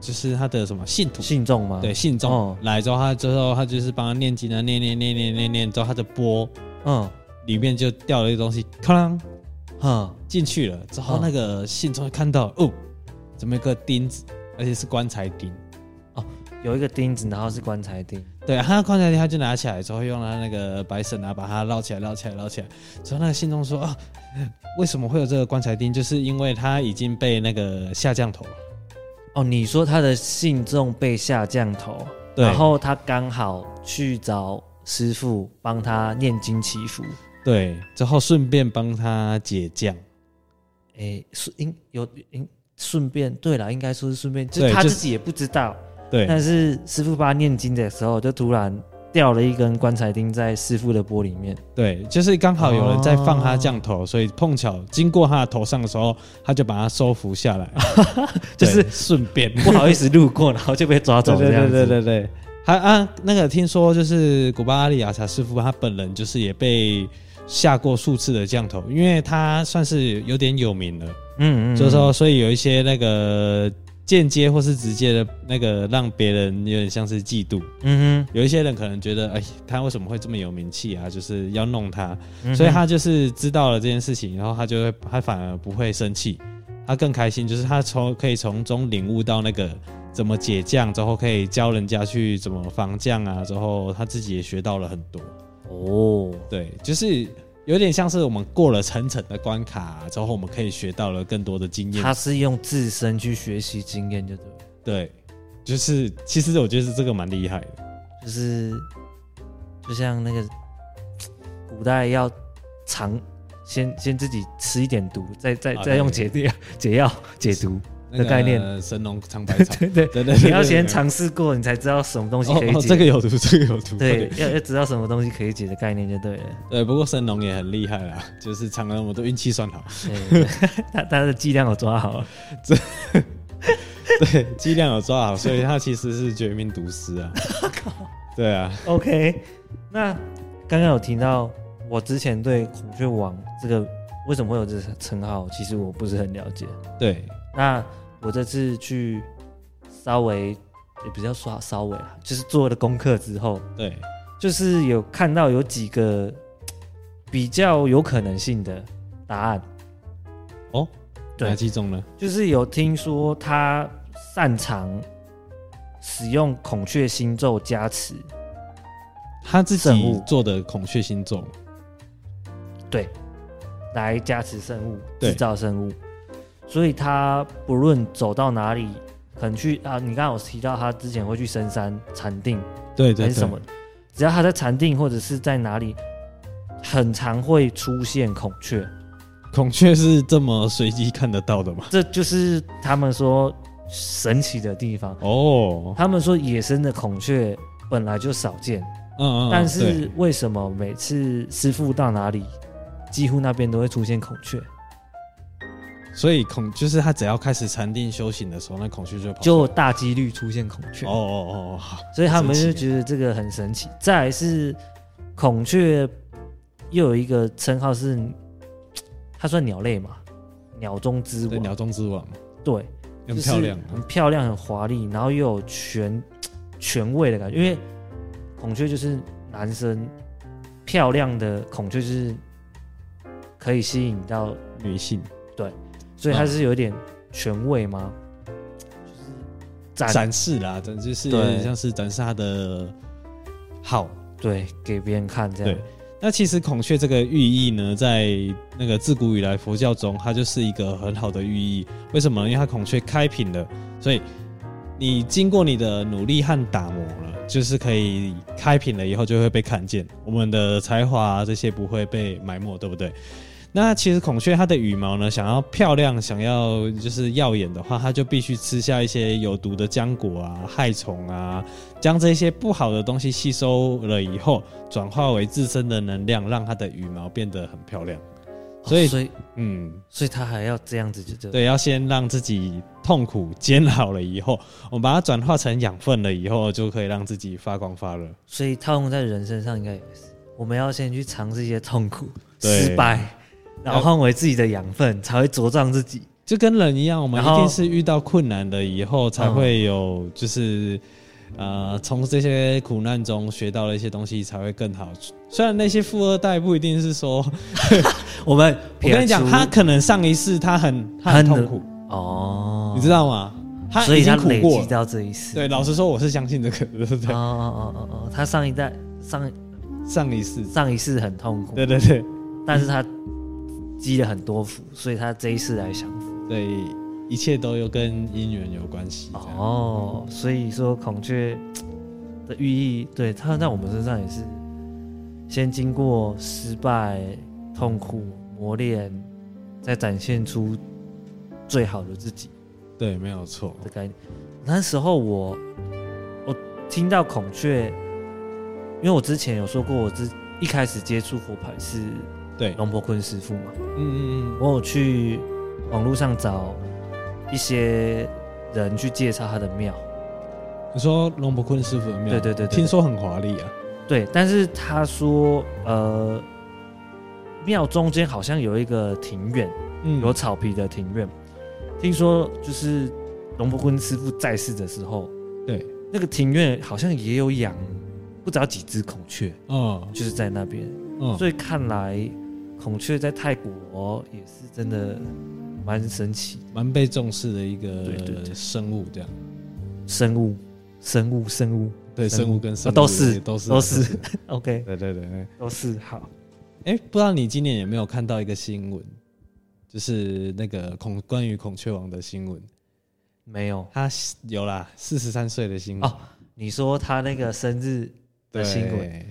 Speaker 2: 就是他的什么信徒，
Speaker 1: 信众吗？
Speaker 2: 对，信众、
Speaker 1: 哦
Speaker 2: 来之后，他之后他就是帮他念经啊，念念念念念念，之后他的钵
Speaker 1: 嗯，
Speaker 2: 里面就掉了一个东西，哐啷
Speaker 1: 嗯，
Speaker 2: 进去了。之后
Speaker 1: 哦
Speaker 2: 那个信众就看到，哦，怎么有个钉子，而且是棺材钉。
Speaker 1: 有一个钉子，然后是棺材钉。
Speaker 2: 对，他的棺材钉他就拿起来之后，用他那个白绳啊把它绕起来、绕起来、绕起来。之后那个信众说：“啊，为什么会有这个棺材钉？就是因为他已经被那个下降头了。
Speaker 1: 哦，你说他的信众被下降头，
Speaker 2: 对
Speaker 1: 然后他刚好去找师傅帮他念经祈福，
Speaker 2: 对，之后顺便帮他解降。
Speaker 1: 哎，顺应有应顺便，对了，应该说是顺便，就
Speaker 2: 对
Speaker 1: 是他
Speaker 2: 就
Speaker 1: 自己也不知道，
Speaker 2: 对
Speaker 1: 但是师傅帮他念经的时候，就突然掉了一根棺材钉在师傅的钵里
Speaker 2: (laughs)
Speaker 1: 面。
Speaker 2: 对，就是刚好有人在放他
Speaker 1: 哦
Speaker 2: 降头，所以碰巧经过他的头上的时候，他就把他收服
Speaker 1: (laughs)
Speaker 2: 下来，
Speaker 1: 就
Speaker 2: 对
Speaker 1: 是
Speaker 2: 顺便。
Speaker 1: 不好意思路过，然后就被抓走这
Speaker 2: 对对
Speaker 1: 样
Speaker 2: 对
Speaker 1: 子。
Speaker 2: 对对对，还啊，那个听说就是古巴阿里亚查师傅他本人就是也被下过数次的降头，因为他算是有点有名了，
Speaker 1: 嗯嗯，
Speaker 2: 就是说，所以有一些那个间接或是直接的那个让别人有点像是嫉妒，
Speaker 1: 嗯
Speaker 2: 有一些人可能觉得，哎，他为什么会这么有名气啊？就是要弄他，
Speaker 1: 哼，
Speaker 2: 所以他就是知道了这件事情，然后他就会他反而不会生气，他更开心，就是他从可以从中领悟到那个怎么解降，之后可以教人家去怎么防降啊，之后他自己也学到了很多。
Speaker 1: 哦，
Speaker 2: 对，就是有点像是我们过了层层的关卡、之后，我们可以学到了更多的经验。
Speaker 1: 他是用自身去学习经验，就对了，
Speaker 2: 对，就是其实我觉得这个蛮厉害的。
Speaker 1: 就是就像那个古代要尝，先先自己吃一点毒，再再
Speaker 2: 啊
Speaker 1: 再用
Speaker 2: 对
Speaker 1: 解药解药解毒，
Speaker 2: 那
Speaker 1: 的概念
Speaker 2: 个神农尝百草，
Speaker 1: 对对，
Speaker 2: 对对，
Speaker 1: 你要
Speaker 2: 对
Speaker 1: 先。
Speaker 2: 对
Speaker 1: 尝试过，你才知道什么东西
Speaker 2: 哦
Speaker 1: 可以
Speaker 2: 哦，
Speaker 1: 解。
Speaker 2: 这个有毒，这个有毒。
Speaker 1: 对，要要知道什么东西可以解的概念就对了。
Speaker 2: 对，不过神农也很厉害啦，就是尝了那么多，运气算
Speaker 1: (laughs)
Speaker 2: 好。
Speaker 1: 对对，对 (laughs) 他他的剂量有抓好。
Speaker 2: 对，剂量有抓好，所以他其实是绝命毒师
Speaker 1: (laughs)
Speaker 2: 啊。对啊，
Speaker 1: OK，那刚刚有提到我之前对孔雀王这个为什么会有这个称号，其实我不是很了解。
Speaker 2: 对，
Speaker 1: 那我这次去稍微也不叫刷稍微啦，就是做了功课之后，
Speaker 2: 对，
Speaker 1: 就是有看到有几个嘖比较有可能性的答案，
Speaker 2: 哦，
Speaker 1: 对
Speaker 2: 哪几种呢？
Speaker 1: 就是有听说他擅长使用孔雀星咒加持，
Speaker 2: 他自
Speaker 1: 圣
Speaker 2: 己
Speaker 1: 物
Speaker 2: 做的孔雀星座，
Speaker 1: 对，来加持圣物，
Speaker 2: 对
Speaker 1: 制造圣物。所以他不论走到哪里，可能去啊，你刚刚有提到他之前会去深山禅定
Speaker 2: 对
Speaker 1: 还
Speaker 2: 对
Speaker 1: 是什
Speaker 2: 对
Speaker 1: 么，，只要他在禅定或者是在哪里，很常会出现孔雀，
Speaker 2: 孔雀是这么随机看得到的吗？
Speaker 1: 这就是他们说神奇的地方。
Speaker 2: 哦，
Speaker 1: 他们说野生的孔雀本来就少见，
Speaker 2: 嗯嗯，嗯
Speaker 1: 但
Speaker 2: 对
Speaker 1: 是为什么每次师傅到哪里，几乎那边都会出现孔雀？
Speaker 2: 哦所以孔就是他只要开始禅定修行的时候，那孔雀就跑出
Speaker 1: 就
Speaker 2: 来。
Speaker 1: 大几率出现孔雀，
Speaker 2: 哦哦哦哦好，
Speaker 1: 所以他们就
Speaker 2: 神奇
Speaker 1: 觉得这个很神奇。再来是孔雀又有一个称号是，它算鸟类嘛，鸟中之
Speaker 2: 对
Speaker 1: 王，
Speaker 2: 鸟中之王，
Speaker 1: 对，
Speaker 2: 很
Speaker 1: 就是
Speaker 2: 漂亮啊。
Speaker 1: 很漂亮，很华丽，然后又有权权位的感觉，因为孔雀就是男生，漂亮的孔雀就是可以吸引到
Speaker 2: 女性
Speaker 1: 所以
Speaker 2: 嗯
Speaker 1: 它是有点权位吗？就是展
Speaker 2: 展示啦，展就是
Speaker 1: 对
Speaker 2: 有点像是展示他的好。
Speaker 1: 对给别人看这样
Speaker 2: 对。那其实孔雀这个寓意呢，在那个自古以来佛教中，它就是一个很好的寓意。为什么呢？因为它孔雀开屏了，所以你经过你的努力和打磨了，就是可以开屏了以后就会被看见，我们的才华啊、这些不会被埋没，对不对？那其实孔雀它的羽毛呢，想要漂亮、想要就是耀眼的话，它就必须吃下一些有毒的浆果啊、害虫啊，将这些不好的东西吸收了以后，转化为自身的能量，让它的羽毛变得很漂亮。
Speaker 1: 哦
Speaker 2: 所以
Speaker 1: 所以
Speaker 2: 嗯，
Speaker 1: 所以他还要这样子就对。
Speaker 2: 对，要先让自己痛苦煎熬了以后，我们把它转化成养分了以后，就可以让自己发光发热。
Speaker 1: 所以套用在人身上应该也是，我们要先去尝试一些痛苦、
Speaker 2: 对
Speaker 1: 失败，然后换为自己的养分，才会茁壮自己。
Speaker 2: 就跟人一样，我们一
Speaker 1: 然后
Speaker 2: 定是遇到困难了以后，才会有就是、呃，从这些苦难中学到了一些东西，才会更好。虽然那些富二代不一定是说，
Speaker 1: 我们
Speaker 2: 我
Speaker 1: 撇
Speaker 2: 跟你讲，
Speaker 1: 除
Speaker 2: 他可能上一世他很他很
Speaker 1: 他很
Speaker 2: 痛苦，
Speaker 1: 哦，
Speaker 2: 你知道吗？他
Speaker 1: 所
Speaker 2: 已
Speaker 1: 以
Speaker 2: 经
Speaker 1: 他
Speaker 2: 苦
Speaker 1: 累
Speaker 2: 过
Speaker 1: 积
Speaker 2: 了。
Speaker 1: 到这一世。
Speaker 2: 对，老实说，我是相信这个的，对不
Speaker 1: 哦哦
Speaker 2: 对？
Speaker 1: 哦哦哦，他上一代上
Speaker 2: 上一世，
Speaker 1: 上一世很痛苦，
Speaker 2: 对对对
Speaker 1: 但是他积了很多福，所以他这一世来享福。
Speaker 2: 对，一切都有跟姻缘有关系。这样
Speaker 1: 哦，所以说孔雀的寓意，对它在我们身上也是，先经过失败、痛苦、磨练，再展现出最好的自己
Speaker 2: 对，没有错。
Speaker 1: 的概念。那时候我我听到孔雀，因为我之前有说过，我之一开始接触佛牌是
Speaker 2: 对，
Speaker 1: 龙婆坤师傅嘛，
Speaker 2: 嗯嗯嗯，
Speaker 1: 我有去网络上找一些人去介绍他的庙，
Speaker 2: 你说龙伯坤师傅的庙？
Speaker 1: 对对对对
Speaker 2: 听说很华丽啊。
Speaker 1: 对，但是他说，呃，庙中间好像有一个庭院，
Speaker 2: 嗯
Speaker 1: 有草皮的庭院。听说就是龙伯坤师傅在世的时候，
Speaker 2: 对，
Speaker 1: 那个庭院好像也有养不知道几只孔雀，
Speaker 2: 哦，
Speaker 1: 就是在那边。
Speaker 2: 嗯，
Speaker 1: 所以看来，孔雀在泰国也是真的蛮神奇的
Speaker 2: 蛮被重视的一
Speaker 1: 对对
Speaker 2: 个
Speaker 1: 对
Speaker 2: 生物，这样。
Speaker 1: 生物，生物，生物。
Speaker 2: 对，
Speaker 1: 生物
Speaker 2: 生物跟生
Speaker 1: 啊
Speaker 2: 物
Speaker 1: 都是
Speaker 2: 都是
Speaker 1: 都是。OK，
Speaker 2: 对对对
Speaker 1: (laughs)
Speaker 2: 对。
Speaker 1: 都是好。
Speaker 2: 哎，不知道你今年有没有看到一个新闻，就是那个孔关于孔雀王的新闻，
Speaker 1: 没有
Speaker 2: 他有啦，四十三岁的新闻
Speaker 1: 哦，你说他那个生日
Speaker 2: 对
Speaker 1: 的新闻，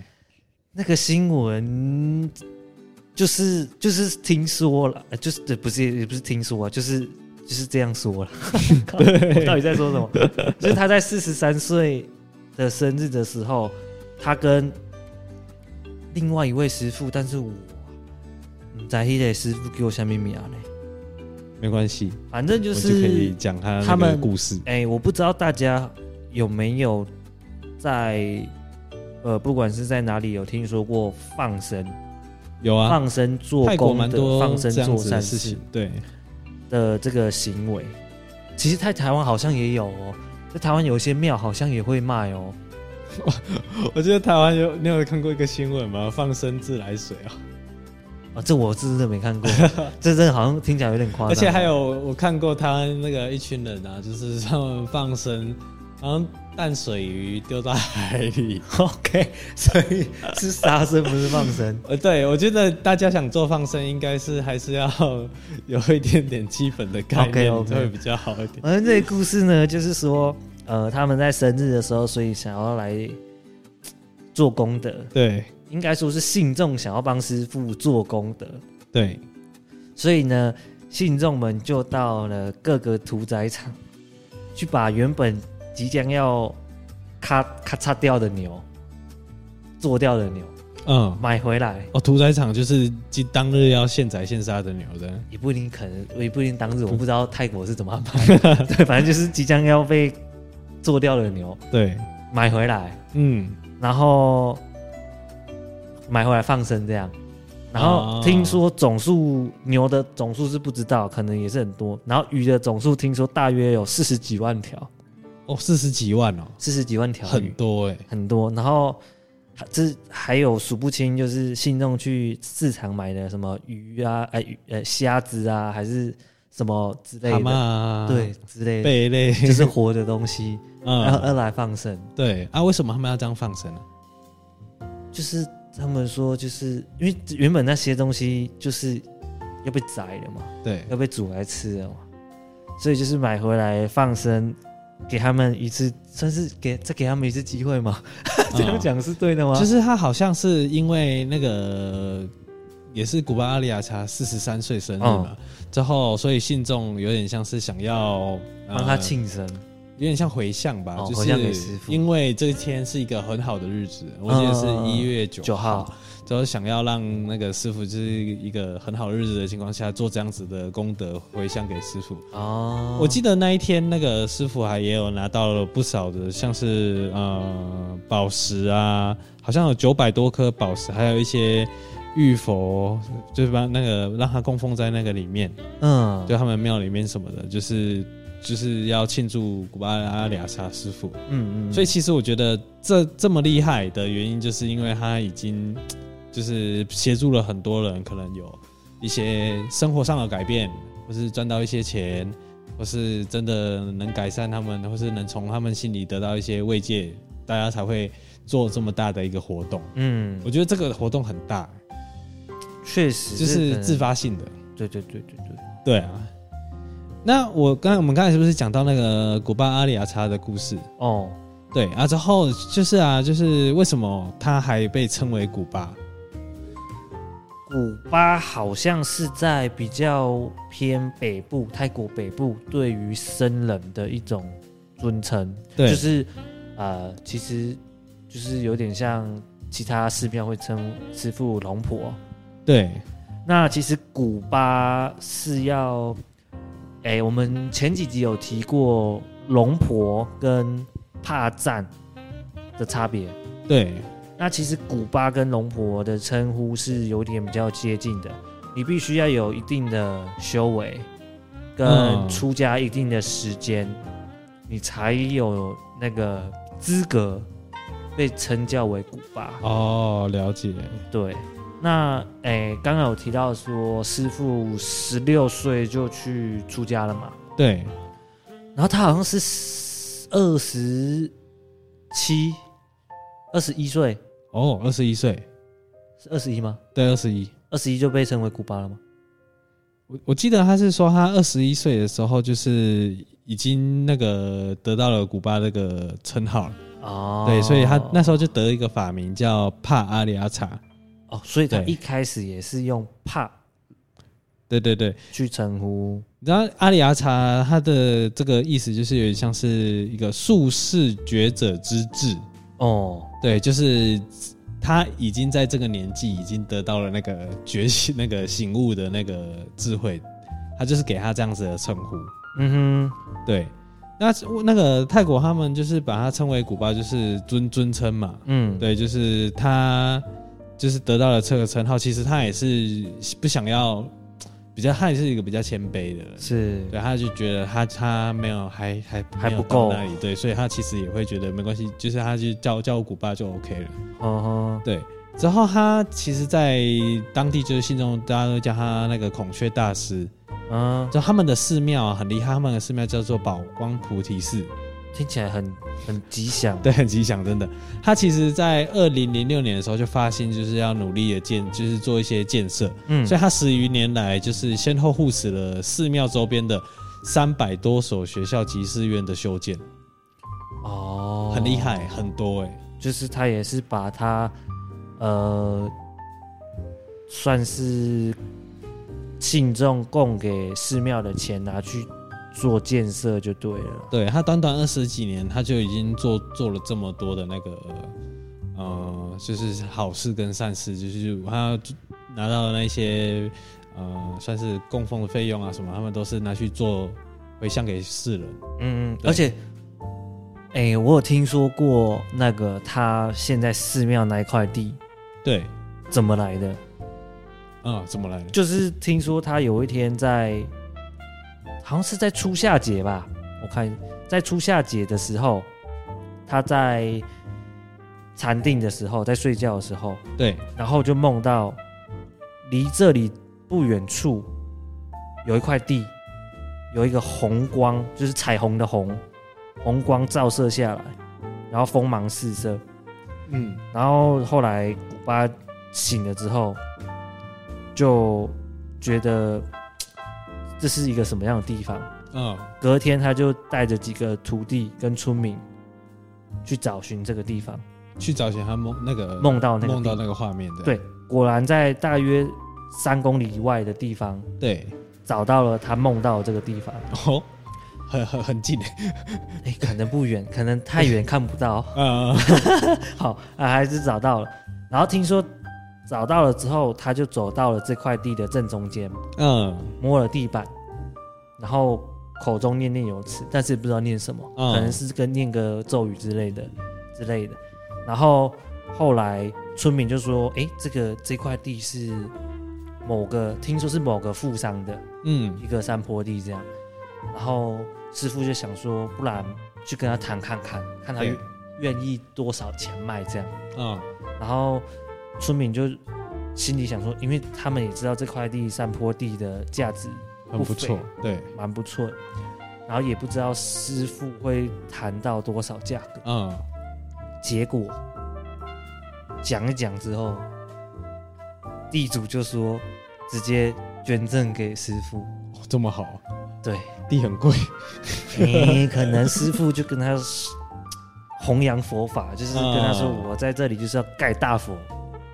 Speaker 1: 那个新闻就是就是听说了，呃就是对不是也不是听说啊，就是就是这样说了。 (laughs) 我到底在说什么？就是他在四十三岁的生日的时候，他跟另外一位师傅，但是我嗯在迄个师傅给我下面名呢，
Speaker 2: 没关系，
Speaker 1: 反正就
Speaker 2: 我就可以
Speaker 1: 是
Speaker 2: 讲他那个
Speaker 1: 他们
Speaker 2: 故事。
Speaker 1: 哎、我不知道大家有没有在呃，不管是在哪里有听说过放生、
Speaker 2: 有啊，
Speaker 1: 放生做
Speaker 2: 泰国
Speaker 1: 工
Speaker 2: 蛮
Speaker 1: 的
Speaker 2: 多
Speaker 1: 放生
Speaker 2: 这样
Speaker 1: 做
Speaker 2: 子
Speaker 1: 善
Speaker 2: 的事
Speaker 1: 事
Speaker 2: 情，对，
Speaker 1: 的这个行为。其实，在台湾好像也有哦，在台湾有一些庙好像也会卖哦。
Speaker 2: (laughs) 我觉得台湾有，你有看过一个新闻吗？放生自来水啊，
Speaker 1: 啊，这我真的没看过，
Speaker 2: (laughs)
Speaker 1: 这真的好像听起来有点夸张。
Speaker 2: 而且还有我看过他那个一群人啊，就是他们放生，然后淡水鱼丢到海 (laughs) 里。
Speaker 1: ，OK，所以是杀生不是放
Speaker 2: (laughs)
Speaker 1: 生。
Speaker 2: 呃，对，我觉得大家想做放生，应该是还是要有一点点基本的概念
Speaker 1: OK，OK
Speaker 2: 会比较好一点。
Speaker 1: 反正这个故事呢，就是说，呃，他们在生日的时候，所以想要来嘖做功德，
Speaker 2: 对
Speaker 1: 应该说是信众想要帮师傅做功德，
Speaker 2: 对，
Speaker 1: 所以呢，信众们就到了各个屠宰场，去把原本即将要咔咔嚓掉的牛、做掉的牛
Speaker 2: 嗯，
Speaker 1: 买回来，
Speaker 2: 哦，屠宰场就是即当日要现宰现杀的牛的，
Speaker 1: 也不一定可能，也不一定当日，我不知道泰国是怎么安排的， (laughs) 对，反正就是即将要被做掉的牛
Speaker 2: 对，
Speaker 1: 买回来。
Speaker 2: 嗯，
Speaker 1: 然后买回来放生这样。然
Speaker 2: 哦
Speaker 1: 后听说总数牛的总数是不知道，可能也是很多。然后鱼的总数听说大约有四十几万条，
Speaker 2: 哦，四十几万哦，
Speaker 1: 四十几万条
Speaker 2: 很
Speaker 1: 鱼
Speaker 2: 多哎、
Speaker 1: 很多。然后还这还有数不清，就是信众去市场买的什么鱼啊，哎鱼呃虾子啊，还是什么之类
Speaker 2: 蛤蟆、
Speaker 1: 的，
Speaker 2: 啊，
Speaker 1: 对，之类的，
Speaker 2: 贝类，
Speaker 1: 就是活的东西，然后呃
Speaker 2: (laughs) 嗯，
Speaker 1: 二来放生。
Speaker 2: 对啊，为什么他们要这样放生呢、啊
Speaker 1: 就是他们说，就是因为原本那些东西就是要被宰了嘛，
Speaker 2: 对，
Speaker 1: 要被煮来吃了嘛，所以就是买回来放生，给他们一次，算是给再给他们一次机会嘛。这样讲是对的吗？
Speaker 2: 啊就是他好像是因为那个也是古巴阿里亚查四十三岁生日
Speaker 1: 嗯
Speaker 2: 嘛，之后所以信众有点像是想要
Speaker 1: 帮他，
Speaker 2: 呃
Speaker 1: 庆生，
Speaker 2: 有点像回向吧，
Speaker 1: 哦
Speaker 2: 就
Speaker 1: 回向给师
Speaker 2: 是
Speaker 1: 父嗯
Speaker 2: 因为这一天是一个很好的日子，我记得是一月九
Speaker 1: 九
Speaker 2: 号
Speaker 1: 号，，
Speaker 2: 之后想要让那个师傅就是一个很好的日子的情况下做这样子的功德回向给师傅。
Speaker 1: 哦，
Speaker 2: 我记得那一天，那个师傅还也有拿到了不少的，像是呃宝石啊，好像有九百多颗宝石，还有一些玉佛，就是把那个让他供奉在那个里面，
Speaker 1: 嗯，
Speaker 2: 就他们庙里面什么的，就是就是要庆祝古巴阿里亚沙师傅。
Speaker 1: 嗯嗯，
Speaker 2: 所
Speaker 1: 所以
Speaker 2: 以其实我觉得这这么厉害的原因，就是因为他已经就是协助了很多人，可能有一些生活上的改变，或是赚到一些钱，或是真的能改善他们，或是能从他们心里得到一些慰藉，大家才会做这么大的一个活动。
Speaker 1: 嗯，
Speaker 2: 我觉得这个活动很大，
Speaker 1: 确实
Speaker 2: 就
Speaker 1: 这可
Speaker 2: 是
Speaker 1: 能
Speaker 2: 自，发性的。
Speaker 1: 对对对对对，
Speaker 2: 对啊。那我刚才我们刚才是不是讲到那个古巴阿里亚查的故事？
Speaker 1: 哦，
Speaker 2: 对啊，之后就是啊，就是为什么它还被称为古巴？
Speaker 1: 古巴好像是在比较偏北部，泰国北部对于僧人的一种尊称，
Speaker 2: 对，
Speaker 1: 就是呃，其实就是有点像其他寺庙会称师傅龙婆。
Speaker 2: 对，
Speaker 1: 那其实古巴是要，哎、我们前几集有提过龙婆跟帕赞的差别。
Speaker 2: 对，
Speaker 1: 那其实古巴跟龙婆的称呼是有点比较接近的，你必须要有一定的修为，跟
Speaker 2: 嗯
Speaker 1: 出家一定的时间，你才有那个资格被称叫为古巴。
Speaker 2: 哦，了解，
Speaker 1: 对，那诶，刚刚有提到说师傅十六岁就去出家了嘛，
Speaker 2: 对，
Speaker 1: 然后他好像是二十七、二十一岁，
Speaker 2: 哦，二十一岁，
Speaker 1: 是二十一吗？
Speaker 2: 对，二十一。
Speaker 1: 二十一就被称为古巴了吗？
Speaker 2: 我我记得他是说他二十一岁的时候，就是已经那个得到了古巴那个称号了，
Speaker 1: 哦，
Speaker 2: 对，所以他那时候就得一个法名叫帕阿里阿查，
Speaker 1: 哦，所以他
Speaker 2: 对
Speaker 1: 一开始也是用帕
Speaker 2: 对对对，
Speaker 1: 去称呼
Speaker 2: 你知道阿里阿查他的这个意思就是有点像是一个术士觉者之志，
Speaker 1: 哦，
Speaker 2: 对，就是他已经在这个年纪已经得到了那个觉醒、那个醒悟的那个智慧，他就是给他这样子的称呼。
Speaker 1: 嗯哼，
Speaker 2: 对，那那个泰国他们就是把它称为古巴，就是尊尊称嘛。
Speaker 1: 嗯，，
Speaker 2: 对，就是他就是得到了这个称号，其实他也是不想要比较，他也是一个比较谦卑的人。
Speaker 1: 是，
Speaker 2: 对，他就觉得他他没有还还
Speaker 1: 还
Speaker 2: 没有
Speaker 1: 不够
Speaker 2: 到那里，对，所以他其实也会觉得没关系，就是他就叫叫我古巴就 OK 了。
Speaker 1: 哦
Speaker 2: 对，之后他其实，在当地就是信众，大家都叫他那个孔雀大师。
Speaker 1: 哼，嗯，
Speaker 2: 就他们的寺庙啊，很厉害，他们的寺庙叫做宝光菩提寺， (laughs)
Speaker 1: 听起来很很吉祥，
Speaker 2: 对，很吉祥，真的。他其实，在二零零六年的时候就发心，就是要努力的建，就是做一些建设。
Speaker 1: 嗯
Speaker 2: 所以他十余年来就是先后护持了寺庙周边的三百多所学校及寺院的修建，
Speaker 1: 哦，
Speaker 2: 很厉，害，很多哎、
Speaker 1: 就是他也是把他呃，算是信众供给寺庙的钱拿去做建设就对了，
Speaker 2: 对他短短二十几年，他就已经做做了这么多的那个呃，就是好事跟善事，就是他拿到的那些呃，算是供奉的费用啊什么，他们都是拿去做回向给世人。
Speaker 1: 嗯，嗯
Speaker 2: 对
Speaker 1: 而且。哎、我有听说过那个他现在寺庙那一块地
Speaker 2: 对，
Speaker 1: 怎么来的？
Speaker 2: 啊、怎么来的？
Speaker 1: 就是听说他有一天在，好像是在初夏节吧，我看在初夏节的时候，他在禅定的时候，在睡觉的时候，
Speaker 2: 对，
Speaker 1: 然后就梦到离这里不远处有一块地，有一个红光，就是彩虹的红，红光照射下来，然后锋芒四射，
Speaker 2: 嗯，
Speaker 1: 然后后来古巴醒了之后，就觉得嗯这是一个什么样的地方。
Speaker 2: 嗯，
Speaker 1: 隔天他就带着几个徒弟跟村民去找寻这个地方，
Speaker 2: 去找寻他梦那个
Speaker 1: 梦到那个
Speaker 2: 梦到
Speaker 1: 地
Speaker 2: 那个画面的。
Speaker 1: 对果然在大约三公里以外的地方
Speaker 2: 对，
Speaker 1: 找到了他梦到的这个地方。
Speaker 2: 哦，很很很近哎、
Speaker 1: 哎，可能不远，可能太远看不到。
Speaker 2: 呃，
Speaker 1: (laughs) 好啊，还是找到了。然后听说找到了之后，他就走到了这块地的正中间。
Speaker 2: 嗯
Speaker 1: 摸了地板，然后口中念念有词，但是不知道念什么，
Speaker 2: 嗯
Speaker 1: 可能是跟念个咒语之类的之类的。然后后来村民就说：“诶，这个这块地是某个，听说是某个富商的
Speaker 2: 嗯，
Speaker 1: 一个山坡地这样。”然后师傅就想说，不然去跟他谈看看，看他
Speaker 2: 对
Speaker 1: 愿愿意多少钱卖这样。
Speaker 2: 嗯，
Speaker 1: 然后村民就心里想说，因为他们也知道这块地山坡地的价值
Speaker 2: 很不错，对，
Speaker 1: 蛮不错的，然后也不知道师傅会谈到多少价格。
Speaker 2: 嗯。
Speaker 1: 结果讲一讲之后，地主就说直接捐赠给师傅。
Speaker 2: 哦这么好，
Speaker 1: 对，
Speaker 2: 地很贵，
Speaker 1: (laughs) 诶，可能师傅就跟他嗯弘扬佛法，就是跟他说
Speaker 2: 嗯
Speaker 1: 我在这里就是要盖大佛，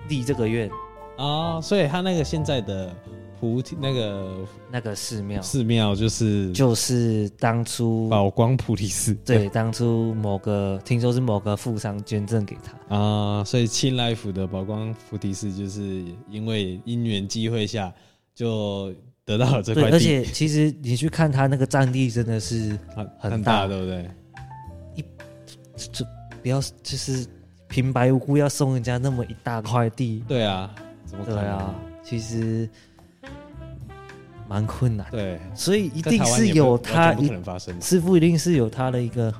Speaker 1: 立这个院，
Speaker 2: 哦，所以他那个现在的菩提那个
Speaker 1: 那个寺庙
Speaker 2: 寺庙就是
Speaker 1: 就是当初。
Speaker 2: 宝光菩提寺，
Speaker 1: 对，当初某个听说是某个富商捐赠给他，
Speaker 2: (laughs) 啊、所以清来府的宝光菩提寺就是因为因缘机会下就得到了这块
Speaker 1: 对，
Speaker 2: 地，
Speaker 1: 而且其实你去看他那个占地，真的是
Speaker 2: 很
Speaker 1: 很
Speaker 2: 大，
Speaker 1: 大
Speaker 2: 对不对？
Speaker 1: 就不要就是平白无故要送人家那么一大块地，
Speaker 2: 对啊，怎么可
Speaker 1: 对
Speaker 2: 能？
Speaker 1: 啊，其实蛮困难的，
Speaker 2: 对，
Speaker 1: 所以一
Speaker 2: 一
Speaker 1: 定是有他
Speaker 2: 不可
Speaker 1: 一
Speaker 2: 能发生，
Speaker 1: 师傅一定是有他的一个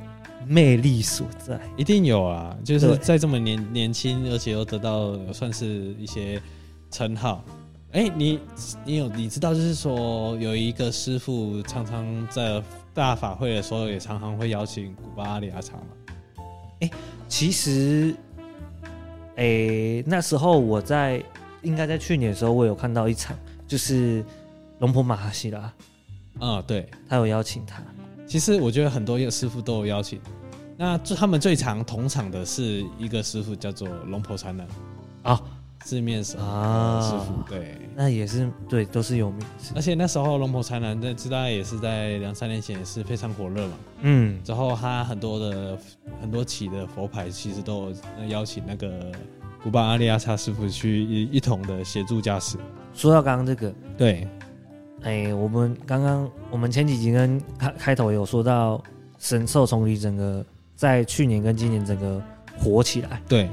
Speaker 1: 魅力所在，
Speaker 2: 一定有啊！就是
Speaker 1: 对
Speaker 2: 在这么年年轻，而且又得到算是一些称号。哎、你你有你知道，就是说有一个师傅常常在大法会的时候，也常常会邀请古巴阿里阿查嘛。
Speaker 1: 其实，诶、那时候我在应该在去年的时候，我有看到一场，就是龙婆马哈希拉，
Speaker 2: 啊、对，
Speaker 1: 他有邀请他，
Speaker 2: 其实我觉得很多师傅都有邀请。那就他们最常同场的是一个师傅叫做龙婆禅南
Speaker 1: 啊，
Speaker 2: 字面神
Speaker 1: 啊
Speaker 2: 师傅，对，
Speaker 1: 那也是对，都是有名字，
Speaker 2: 而且那时候龙婆禅南在知道也是在两三年前也是非常火热嘛。
Speaker 1: 嗯，
Speaker 2: 之后他很多的很多起的佛牌其实都有邀请那个古巴阿利亚叉师傅去一一同的协助加持。
Speaker 1: 说到刚刚这个，
Speaker 2: 对，
Speaker 1: 哎、我们刚刚我们前几集跟开开头有说到神兽重离整个在去年跟今年整个火起来
Speaker 2: 对，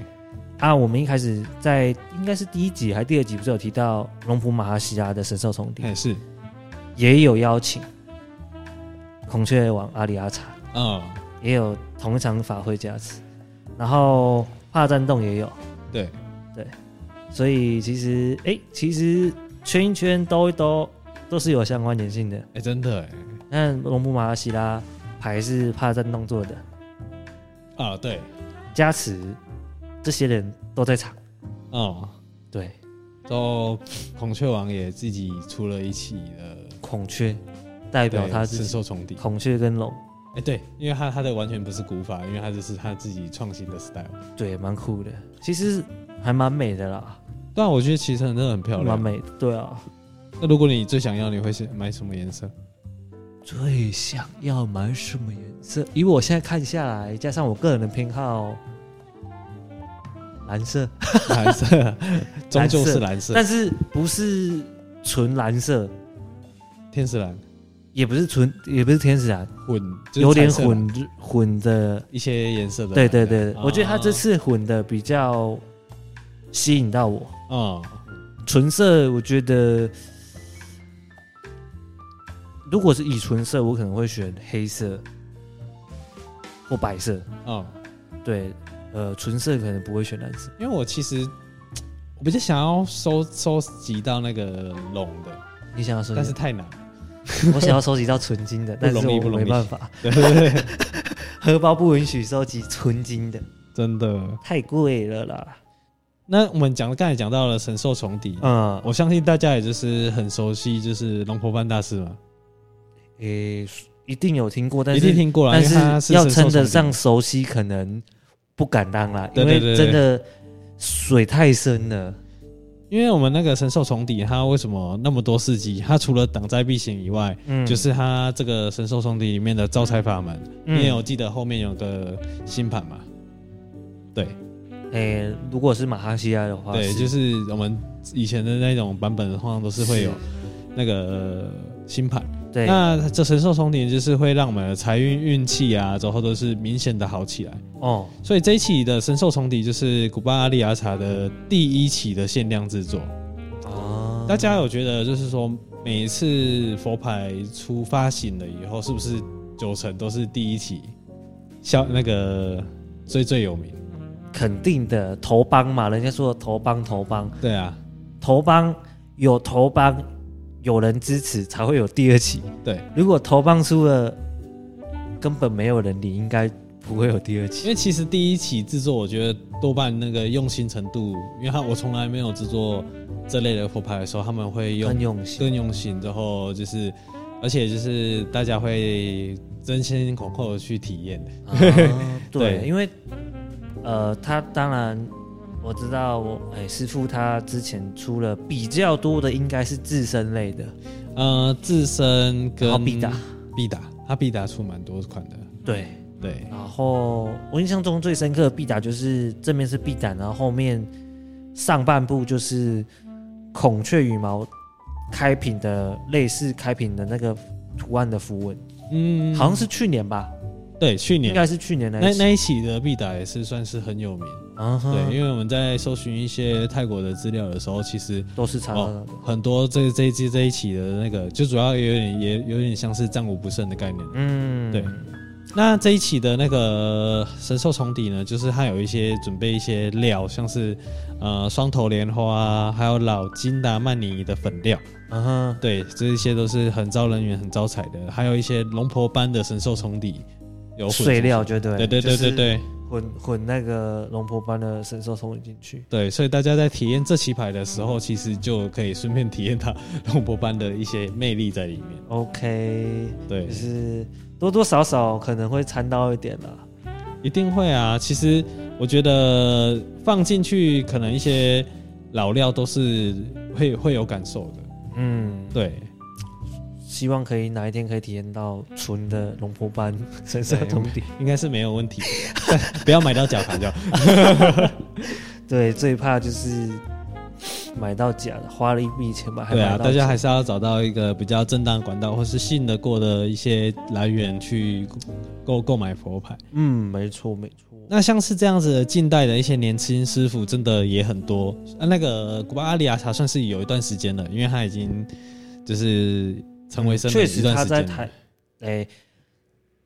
Speaker 1: 啊，我们一开始在应该是第一集还是第二集不是有提到龙普马哈西拉的神兽重离
Speaker 2: 也是，
Speaker 1: 也有邀请孔雀王阿里阿查，
Speaker 2: 嗯，
Speaker 1: 也有同一场法会加持，然后帕战洞也有，
Speaker 2: 对，
Speaker 1: 所以其实哎、其实圈一圈兜一兜都是有相关联性的。
Speaker 2: 哎、真的哎，
Speaker 1: 那龙布马拉希拉牌是帕战动作的，
Speaker 2: 啊，对，
Speaker 1: 加持这些人都在场。
Speaker 2: 哦、
Speaker 1: 对，
Speaker 2: 之后孔雀王也自己出了一起的
Speaker 1: 孔雀代表他自
Speaker 2: 是
Speaker 1: 己，
Speaker 2: 受重敌。
Speaker 1: 孔雀跟龙，
Speaker 2: 哎、对，因为他他的完全不是古法，因为他这是他自己创新的 style。
Speaker 1: 对，蛮酷的，其实还蛮美的啦，
Speaker 2: 但啊我觉得其实真的很漂
Speaker 1: 蛮
Speaker 2: 亮。
Speaker 1: 美的，对啊。
Speaker 2: 那如果你最想要，你会是买什么颜 (laughs) 色？
Speaker 1: 最想要买什么颜色？以我现在看下来，加上我个人的偏好，蓝色，
Speaker 2: 蓝色， (laughs) 终究是蓝色，
Speaker 1: 但是不是纯蓝色，
Speaker 2: 天使蓝
Speaker 1: 也不是纯，也不是天使蓝，
Speaker 2: 混，就是
Speaker 1: 有点
Speaker 2: 彩色蓝
Speaker 1: 混混的
Speaker 2: 一些颜色的蓝。
Speaker 1: 对对对，
Speaker 2: 啊
Speaker 1: 我觉得他这，次混的比较吸引到我。
Speaker 2: 嗯，
Speaker 1: 纯色，我觉得如果是以纯色，我可能会选黑色或白色。
Speaker 2: 嗯，
Speaker 1: 对，呃，纯色可能不会选蓝色。
Speaker 2: 因为我其实我比较想要收收集到那个龙的，
Speaker 1: 你想要收
Speaker 2: 但
Speaker 1: 集
Speaker 2: 是？太难了，
Speaker 1: (laughs) 我想要收集到纯金的，
Speaker 2: 不
Speaker 1: 但
Speaker 2: 容易
Speaker 1: 是我
Speaker 2: 不容易
Speaker 1: 没办法，
Speaker 2: 对对对，
Speaker 1: 荷包不允许收集纯金的，
Speaker 2: (laughs) 真的。
Speaker 1: 太贵了啦。
Speaker 2: 那我们讲刚才讲到了神兽重敌，
Speaker 1: 嗯，
Speaker 2: 我相信大家也就是很熟悉，就是龙婆班大师嘛，
Speaker 1: 诶、一定有听过，但
Speaker 2: 一
Speaker 1: 是
Speaker 2: 定听过了，啊
Speaker 1: 但
Speaker 2: 因为他
Speaker 1: 是
Speaker 2: 是
Speaker 1: 要
Speaker 2: 神兽
Speaker 1: 称得
Speaker 2: 重
Speaker 1: 上
Speaker 2: 敌
Speaker 1: 熟悉，可能不敢当啦，
Speaker 2: 对
Speaker 1: 因
Speaker 2: 对
Speaker 1: 为
Speaker 2: 对对
Speaker 1: 真的水太深了。
Speaker 2: 因为我们那个神兽重敌，它为什么那么多事迹？它除了挡灾避险以外，
Speaker 1: 嗯，
Speaker 2: 就是它这个神兽重敌里面的招财法门，
Speaker 1: 嗯
Speaker 2: 因为我记得后面有个星盘嘛，对
Speaker 1: 诶、哎如果是马哈西亚的话，
Speaker 2: 对，就是是我们以前的那种版本，通常都是会有那个呃星盘。
Speaker 1: 对
Speaker 2: 那这神兽重敌就是会让我们的财运、运气啊，之后都是明显的好起来。
Speaker 1: 哦，
Speaker 2: 所以这一期的神兽重敌就是古巴阿利亚茶的第一期的限量制作。
Speaker 1: 啊，
Speaker 2: 大家有觉得就是说，每一次佛牌出发行了以后，是不是九成都是第一期销那个最最有名？
Speaker 1: 肯定的头帮嘛，人家说的头帮头帮
Speaker 2: 对啊，
Speaker 1: 头帮有头帮，有人支持才会有第二期。
Speaker 2: 对，
Speaker 1: 如果头帮输了，根本没有人理，应该不会有第二
Speaker 2: (laughs)
Speaker 1: 期。
Speaker 2: 因为其实第一期制作，我觉得多半那个用心程度，因为他我从来没有制作这类的佛牌的时候，他们会用
Speaker 1: 很用
Speaker 2: (laughs)
Speaker 1: 心，
Speaker 2: 更用心，之后就是，而且就是大家会争先恐后的去体验。
Speaker 1: 啊对，
Speaker 2: 对
Speaker 1: 因为呃，他当然我知道我，哎师傅他之前出了比较多的应该是自身类的，
Speaker 2: 呃，自身
Speaker 1: 然后
Speaker 2: 跟
Speaker 1: 必打，
Speaker 2: 必打，他必打出蛮多款的。
Speaker 1: 对。
Speaker 2: 对，
Speaker 1: 然后我印象中最深刻的必打就是正面是必打，然后后面上半部就是孔雀羽毛开屏的类似开屏的那个图案的符文，
Speaker 2: 嗯
Speaker 1: 好像是去年吧，
Speaker 2: 对，去
Speaker 1: 应
Speaker 2: 年
Speaker 1: 该是去年那
Speaker 2: 那
Speaker 1: 一期
Speaker 2: 那一期的必打也是算是很有名。
Speaker 1: 啊哈，
Speaker 2: 对，因为我们在搜寻一些泰国的资料的时候，其实
Speaker 1: 都是查到的。
Speaker 2: 很多这这一季这一期的那个，就主要也有点也有点像是战无不胜的概念。
Speaker 1: 嗯，
Speaker 2: 对那这一期的那个神兽重底呢，就是它有一些准备一些料，像是呃双头莲花啊，还有老金达曼尼的粉料，
Speaker 1: 啊哈，
Speaker 2: 对，这一些都是很招人缘、很招财的。还有一些龙婆般的神兽重底，有混
Speaker 1: 碎料，就对，
Speaker 2: 对对对对
Speaker 1: 就是
Speaker 2: 对
Speaker 1: 混混那个龙婆般的神兽冲进去。
Speaker 2: 对，所以大家在体验这棋牌的时候，其实就可以顺便体验它龙婆般的一些魅力在里面。
Speaker 1: OK，
Speaker 2: 对
Speaker 1: 就，是多多少少可能会掺到一点啦。
Speaker 2: 一定会啊！其实我觉得放进去可能一些老料都是会会有感受的。
Speaker 1: 嗯，
Speaker 2: 对，
Speaker 1: 希望可以哪一天可以体验到纯
Speaker 2: 嗯
Speaker 1: 的龙婆般神色
Speaker 2: 对
Speaker 1: 通底。
Speaker 2: 应该是没有问题 (laughs) 的，不要买到假
Speaker 1: (laughs)
Speaker 2: 盘就好。
Speaker 1: (laughs) 对，最怕就是买到假的，花了一笔钱吧，还
Speaker 2: 对
Speaker 1: 买
Speaker 2: 啊，
Speaker 1: 到
Speaker 2: 大家
Speaker 1: 假
Speaker 2: 还是要找到一个比较正当管道或是信得过的一些来源去购购买佛牌。
Speaker 1: 嗯，没错没错。
Speaker 2: 那像是这样子的近代的一些年轻师傅，真的也很多。啊，那个古巴阿里亚查算是有一段时间了，因为他已经就是成为生
Speaker 1: 嗯确
Speaker 2: 命一
Speaker 1: 实
Speaker 2: 段
Speaker 1: 他
Speaker 2: 时
Speaker 1: 在
Speaker 2: 间
Speaker 1: 台
Speaker 2: 了。，
Speaker 1: 哎、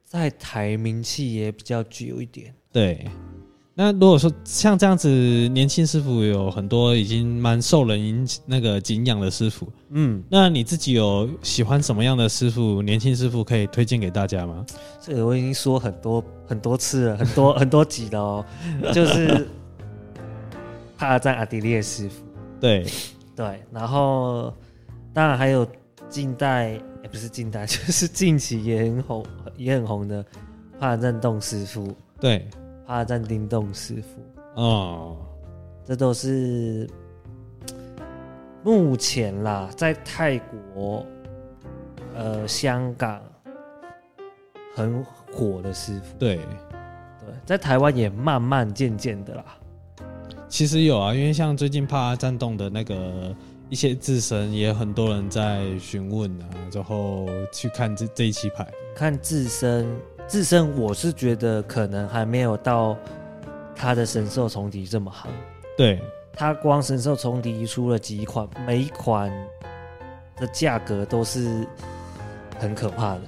Speaker 1: 在台名气也比较久一点。
Speaker 2: 对，那如果说像这样子，年轻师傅有很多已经蛮受人引那个敬仰的师傅，
Speaker 1: 嗯，
Speaker 2: 那你自己有喜欢什么样的师傅？年轻师傅可以推荐给大家吗？
Speaker 1: 这个我已经说很多很多次了，很多 (laughs) 很多集了哦，就是帕尔赞阿迪列师傅，
Speaker 2: 对，
Speaker 1: 对，然后当然还有近代，哎、不是近代， (laughs) 就是近期也很红也很红的帕尔赞洞师傅、
Speaker 2: 对，
Speaker 1: 帕尔赞丁洞师傅，
Speaker 2: 哦，
Speaker 1: 这都是目前啦，在泰国、呃香港很火的师傅。
Speaker 2: 对，
Speaker 1: 对，在台湾也慢慢渐渐的啦。
Speaker 2: 其实有啊，因为像最近怕战动的那个一些自身，也很多人在询问啊，然后去看这这一期牌。
Speaker 1: 看自身，自身我是觉得可能还没有到他的神兽重敌这么好。
Speaker 2: 对，
Speaker 1: 他光神兽重敌出了几款，每一款的价格都是很可怕的。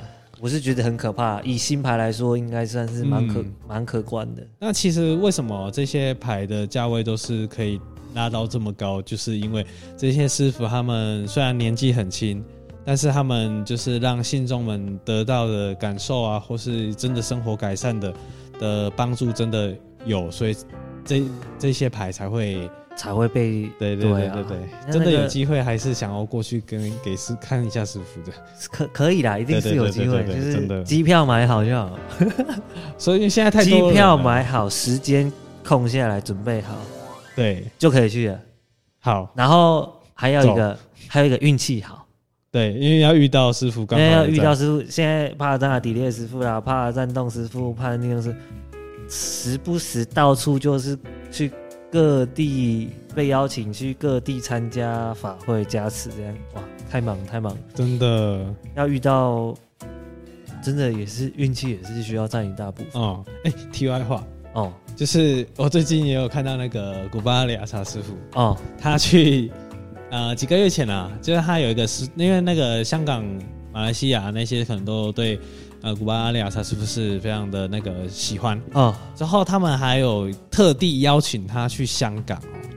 Speaker 1: 我是觉得很可怕，以新牌来说，应该算是蛮可
Speaker 2: 嗯
Speaker 1: 蛮、可观的。
Speaker 2: 那其实为什么这些牌的价位都是可以拉到这么高，就是因为这些师傅他们虽然年纪很轻，但是他们就是让信众们得到的感受啊，或是真的生活改善的的帮助真的有，所以这这些牌才会
Speaker 1: 才会被
Speaker 2: 对对对
Speaker 1: 啊
Speaker 2: 对对，
Speaker 1: 那
Speaker 2: 真的
Speaker 1: 那个
Speaker 2: 有机会还是想要过去跟给师看一下师傅的。
Speaker 1: 可可以啦，一定
Speaker 2: 对对
Speaker 1: 是有
Speaker 2: 对
Speaker 1: 机
Speaker 2: 对
Speaker 1: 会，
Speaker 2: 对
Speaker 1: 就
Speaker 2: 对真的
Speaker 1: 是机票买好就好。
Speaker 2: 所以现在太多人
Speaker 1: 机
Speaker 2: 了嗯
Speaker 1: 票买好，时间空下来准备好
Speaker 2: 对，
Speaker 1: 就可以去了。
Speaker 2: 好
Speaker 1: 然后还有一个，还有一个运气好，
Speaker 2: 对，因为要遇到师傅
Speaker 1: 因
Speaker 2: 刚好
Speaker 1: 为要
Speaker 2: 也
Speaker 1: 遇
Speaker 2: 在
Speaker 1: 到师傅，现在帕尔赞的底列师傅啦，帕尔赞洞师傅、帕尔尼洞师傅，时不时到处就是去各地被邀请去各地参加法会加持，这样哇，太忙太忙，
Speaker 2: 真的。
Speaker 1: 要遇到。真的也是运气，也是需要占一大部分
Speaker 2: 哦，哎、题外话，
Speaker 1: 哦
Speaker 2: 就是我最近也有看到那个古巴里亚查师傅，
Speaker 1: 哦，
Speaker 2: 他去呃几个月前啊，就是他有一个师，因为那个香港、马来西亚那些可能都对呃古巴里亚查师傅是非常的那个喜欢，
Speaker 1: 哦，
Speaker 2: 之后他们还有特地邀请他去香港哦，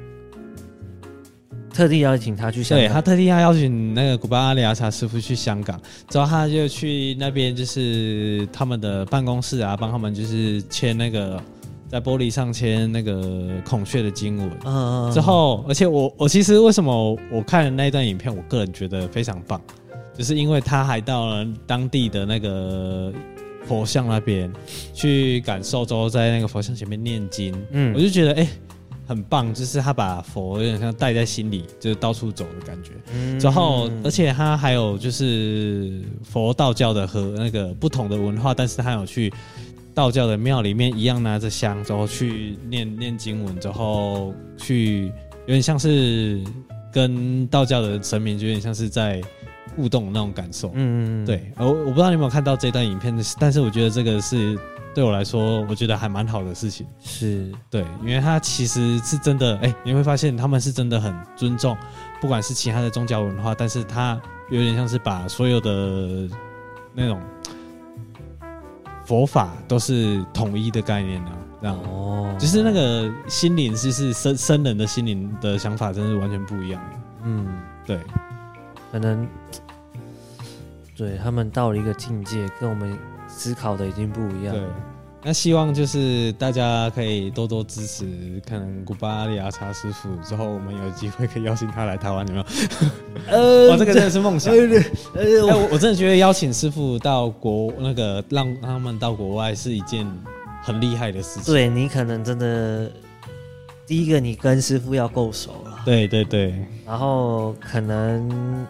Speaker 1: 特地邀请他去香
Speaker 2: 对
Speaker 1: 港
Speaker 2: 他特地要邀请那个古巴里亚查师傅去香港，之后他就去那边就是他们的办公室啊，帮他们就是签那个在玻璃上签那个孔雀的经文。
Speaker 1: 嗯，
Speaker 2: 之后，而且我我其实为什么我看了那一段影片，我个人觉得非常棒，就是因为他还到了当地的那个佛像那边去感受，之后在那个佛像前面念经，我
Speaker 1: 嗯
Speaker 2: 就觉得哎、诶很棒，就是他把佛有点像带在心里，就是到处走的感觉。
Speaker 1: 嗯
Speaker 2: 之后，而且他还有就是佛道教的和那个不同的文化，但是他有去道教的庙里面一样拿着香，之后去念念经文，之后去有点像是跟道教的神明，就有点像是在互动那种感受。
Speaker 1: 嗯，
Speaker 2: 对，呃我我不知道你有没有看到这段影片，但是我觉得这个是对我来说，我觉得还蛮好的事情。
Speaker 1: 是
Speaker 2: 对，因为他其实是真的，哎、你会发现他们是真的很尊重，不管是其他的宗教文化，但是他有点像是把所有的那种佛法都是统一的概念啊，这样。
Speaker 1: 哦，
Speaker 2: 只是那个心灵，就是生生人的心灵的想法，真是完全不一样的。
Speaker 1: 嗯，
Speaker 2: 对，
Speaker 1: 可能对他们到了一个境界，跟我们思考的已经不一样。
Speaker 2: 对，那希望就是大家可以多多支持，可能古巴里阿查师傅之后，我们有机会可以邀请他来台湾，有没有？
Speaker 1: 呃
Speaker 2: 哇，这个真的是
Speaker 1: (laughs)
Speaker 2: 梦想。
Speaker 1: 呃，
Speaker 2: 哎，我我真的觉得邀请师傅到国那个让他们到国外是一件很厉害的事情。
Speaker 1: 对你可能真的第一个，你跟师傅要够熟了，
Speaker 2: 对对对
Speaker 1: 然后可能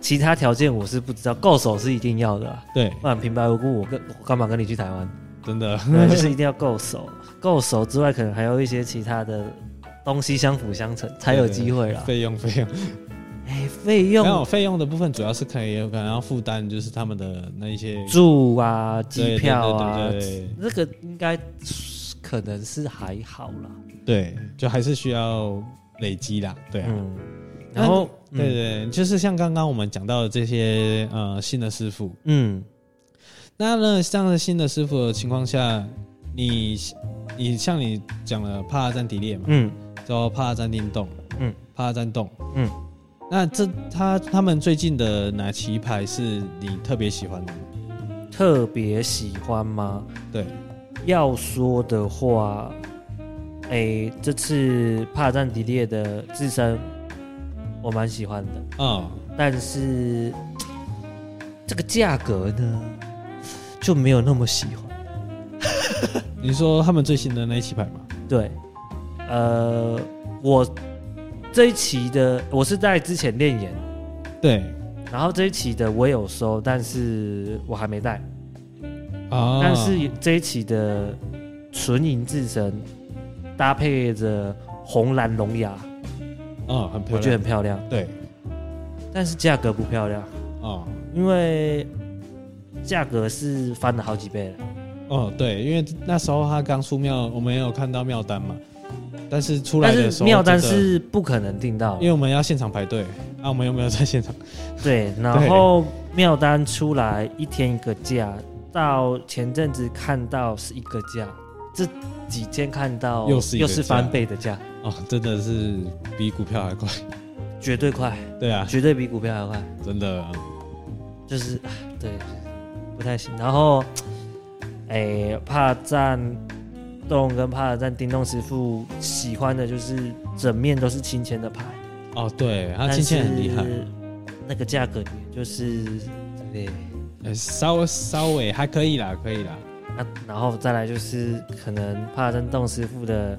Speaker 1: 其他条件我是不知道，够熟是一定要的啊、
Speaker 2: 对，
Speaker 1: 不然平白无故我跟我干嘛跟你去
Speaker 2: (laughs)
Speaker 1: 台湾？
Speaker 2: 真的，
Speaker 1: 对就是一定要够熟，够熟之外，可能还有一些其他的东西相辅相成，才有机会啦。
Speaker 2: (laughs) 费用费用
Speaker 1: 哎，费
Speaker 2: 没有
Speaker 1: 用
Speaker 2: 费用的部分，主要是可以有可能要负担，就是他们的那一些
Speaker 1: 住啊、机票啊
Speaker 2: 对，对对
Speaker 1: 那个应该可能是还好啦。
Speaker 2: 对对，就还是需要累积啦，对啊。
Speaker 1: 嗯，
Speaker 2: 那
Speaker 1: 然后嗯
Speaker 2: 对对，对就是像刚刚我们讲到的这些呃新的师傅，
Speaker 1: 嗯，
Speaker 2: 那呢这样的新的师傅的情况下，你你像你讲了帕拉赞迪列嘛，
Speaker 1: 嗯
Speaker 2: 叫帕拉赞丁洞，
Speaker 1: 嗯，
Speaker 2: 帕拉赞洞，
Speaker 1: 嗯，
Speaker 2: 那这他他们最近的哪棋牌是你特别喜欢的？
Speaker 1: 嗯，特别喜欢吗？
Speaker 2: 对，
Speaker 1: 要说的话，哎、这次帕赞迪列的自身我蛮喜欢的，
Speaker 2: 嗯，
Speaker 1: 但是这个价格呢就没有那么喜欢。
Speaker 2: 你说他们最新的那一棋牌吗？
Speaker 1: 对，呃，我这一期的我是在之前练演，
Speaker 2: 对
Speaker 1: 然后这一期的我有收，但是我还没带。
Speaker 2: 啊，
Speaker 1: 但是这一期的纯银自身搭配着红蓝龙牙，
Speaker 2: 嗯，很漂亮，
Speaker 1: 我觉得很漂亮，
Speaker 2: 对，
Speaker 1: 但是价格不漂亮，
Speaker 2: 哦、
Speaker 1: 因为价格是翻了好几倍了。
Speaker 2: 哦，对，因为那时候他刚出庙，我们也有看到庙单嘛，但是出来
Speaker 1: 但
Speaker 2: 的
Speaker 1: 是
Speaker 2: 时候，
Speaker 1: 妙丹，是不可能订到
Speaker 2: 因为我们要现场排队啊，我们又没有在现场， (laughs)
Speaker 1: 对，然后妙丹出来一天一个价，到前阵子看到是一个价，这几天看到
Speaker 2: 又是一个
Speaker 1: 又
Speaker 2: 价
Speaker 1: 是翻倍的价，
Speaker 2: 哦，真的是比股票还快，
Speaker 1: 绝对快，
Speaker 2: 对啊，
Speaker 1: 绝对比股票还快。
Speaker 2: 真的，
Speaker 1: 就是啊对，不太行。然后，哎、怕站洞跟怕站叮咚师傅喜欢的就是整面都是清钱的牌，
Speaker 2: 哦，对，他
Speaker 1: 但
Speaker 2: 亲戚很厉害，
Speaker 1: 是那个价格也就是对，
Speaker 2: 呃稍微稍微还可以啦，可以啦，
Speaker 1: 那、然后再来就是可能怕站洞师傅的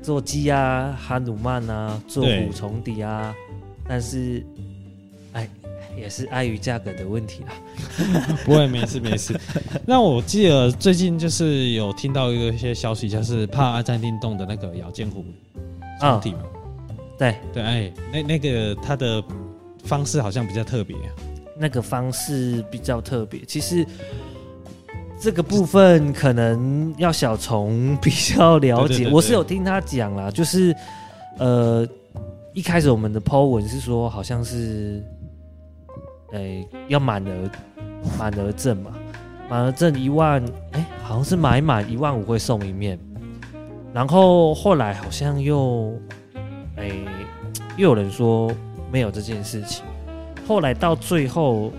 Speaker 1: 坐骑啊、哈努曼啊、坐
Speaker 2: 对
Speaker 1: 虎重底啊，但是哎也是碍于价格的问题啊啦。
Speaker 2: 不会，没事没事。 (laughs) 那我记得最近就是有听到一些消息，就是怕阿占定洞的那个姚建虎
Speaker 1: 啊
Speaker 2: 兄弟嘛，
Speaker 1: 对，
Speaker 2: 对，哎，那那个他的方式好像比较特别、啊
Speaker 1: 那个方式比较特别。其实这个部分可能要小虫比较了
Speaker 2: 对对
Speaker 1: 解，
Speaker 2: 对对
Speaker 1: 我是有听他讲啦，就是呃，一开始我们的 Po 文是说好像是，诶、要满额满额赠嘛，满额赠一万，哎、好像是买满一万五会送一面，然后后来好像又，哎、又有人说没有这件事情。后来到最后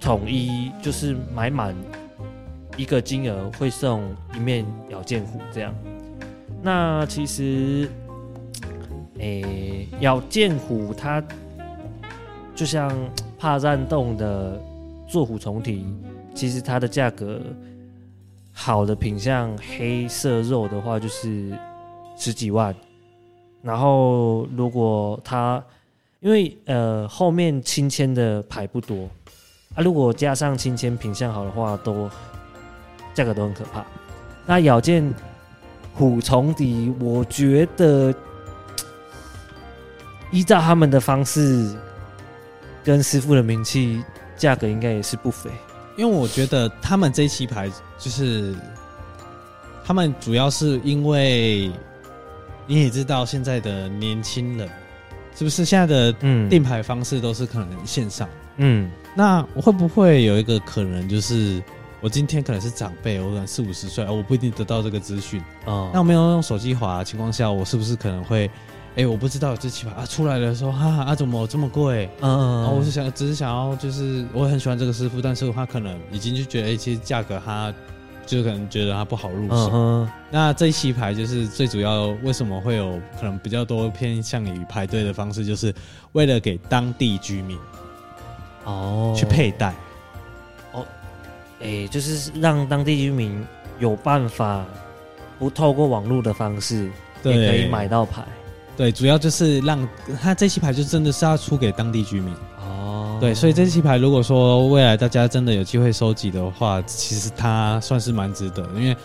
Speaker 1: 统一就是买满一个金额会送一面咬剑虎这样。那其实，诶、咬剑虎它就像帕战洞的坐虎重蹄，其实它的价格好的品相黑色肉的话就是十几万，然后如果它因为呃后面亲签的牌不多啊，如果加上亲签品相好的话，都价格都很可怕。那咬剑虎重底，我觉得依照他们的方式跟师傅的名气，价格应该也是不菲。
Speaker 2: 因为我觉得他们这一期牌就是他们主要是因为你也知道现在的年轻人，是不是现在的
Speaker 1: 嗯
Speaker 2: 定牌方式都是可能线上？
Speaker 1: 嗯
Speaker 2: 那我会不会有一个可能，就是我今天可能是长辈，我可能四五十岁，啊而我不一定得到这个资讯。
Speaker 1: 哦，
Speaker 2: 那我没有用手机滑的情况下，我是不是可能会，哎、我不知道有这期牌啊，出来的时候，哈、啊、啊，怎么这么贵？
Speaker 1: 嗯嗯，
Speaker 2: 然后我是想，只是想要，就是我很喜欢这个师傅，但是他可能已经就觉得，哎、其实价格他就可能觉得他不好入
Speaker 1: 嗯
Speaker 2: 手。
Speaker 1: 哼，
Speaker 2: 那这一期牌就是最主要，为什么会有可能比较多偏向于排队的方式，就是为了给当地居民
Speaker 1: 哦，
Speaker 2: 去佩戴。
Speaker 1: 诶、就是让当地居民有办法不透过网络的方式也
Speaker 2: 对，
Speaker 1: 可以买到牌
Speaker 2: 对，主要就是让他这期牌就真的是要出给当地居民。
Speaker 1: 哦
Speaker 2: 对，所以这期牌如果说未来大家真的有机会收集的话，其实它算是蛮值得的，因为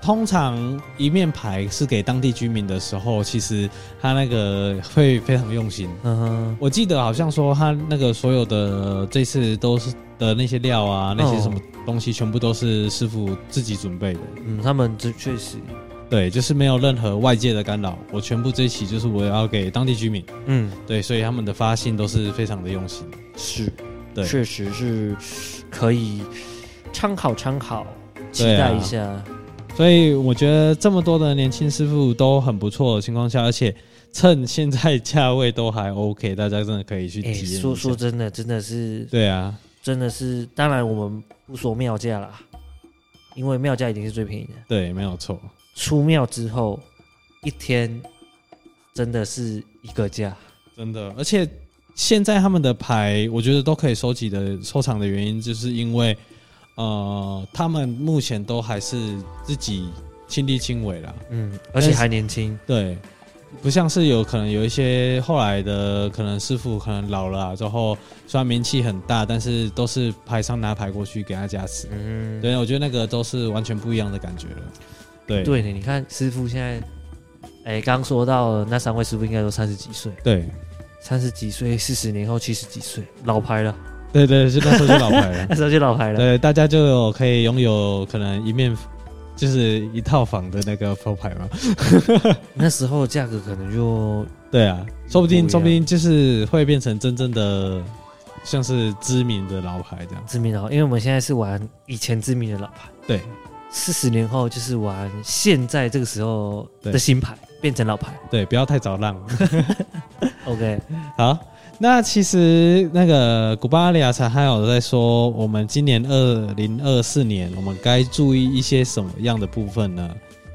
Speaker 2: 通常一面牌是给当地居民的时候，其实它那个会非常用心。
Speaker 1: 嗯哼，
Speaker 2: 我记得好像说它那个所有的这次都是的那些料啊，那些什么东西全部都是师傅自己准备的，
Speaker 1: 嗯，他们这确实，
Speaker 2: 对，就是没有任何外界的干扰，我全部这一期就是我要给当地居民。
Speaker 1: 嗯，
Speaker 2: 对，所以他们的发信都是非常的用心。
Speaker 1: 是，
Speaker 2: 对
Speaker 1: 确实是可以参考参考，期
Speaker 2: 对啊
Speaker 1: 待一下，哎
Speaker 2: 所以我觉得这么多的年轻师傅都很不错的情况下，而且趁现在价位都还 OK，大家真的可以去体
Speaker 1: 诶、
Speaker 2: 验一下。
Speaker 1: 说说哎真的，真的是，
Speaker 2: 对啊，
Speaker 1: 真的是，当然我们不说庙价啦，因为庙价一定是最便宜的。
Speaker 2: 对，没有错。
Speaker 1: 出庙之后一天真的是一个价，
Speaker 2: 真的，而且现在他们的牌，我觉得都可以收集的收藏的原因，就是因为呃，他们目前都还是自己亲力亲为啦。
Speaker 1: 嗯，而且还年轻，
Speaker 2: 对，不像是有可能有一些后来的可能师傅可能老了、啊、之后，虽然名气很大，但是都是牌商拿牌过去给他加持。
Speaker 1: 嗯，
Speaker 2: 对，我觉得那个都是完全不一样的感觉了。对
Speaker 1: 对的，你看师傅现在，哎，刚说到的那三位师傅应该都三十几岁，
Speaker 2: 对
Speaker 1: 三十几岁，四十年后七十几岁，老牌了，
Speaker 2: 对对，就那时候就老牌了
Speaker 1: 那。时候就老牌了，
Speaker 2: 对，大家就有可以拥有可能一面就是一套房的那个佛牌嘛。
Speaker 1: (laughs) 那时候的价格可能就
Speaker 2: 对啊，说
Speaker 1: 不
Speaker 2: 不
Speaker 1: 一
Speaker 2: 定
Speaker 1: 样
Speaker 2: 说不定就是会变成真正的像是知名的老牌这样。
Speaker 1: 知名了，因为我们现在是玩以前知名的老牌，
Speaker 2: 对
Speaker 1: 四十年后就是玩现在这个时候的
Speaker 2: 对
Speaker 1: 新牌，变成老牌
Speaker 2: 对，不要太早浪。
Speaker 1: ，OK，
Speaker 2: 好，那其实那个古巴利亚才还有在说，我们今年二零二四年，我们该注意一些什么样的部分呢？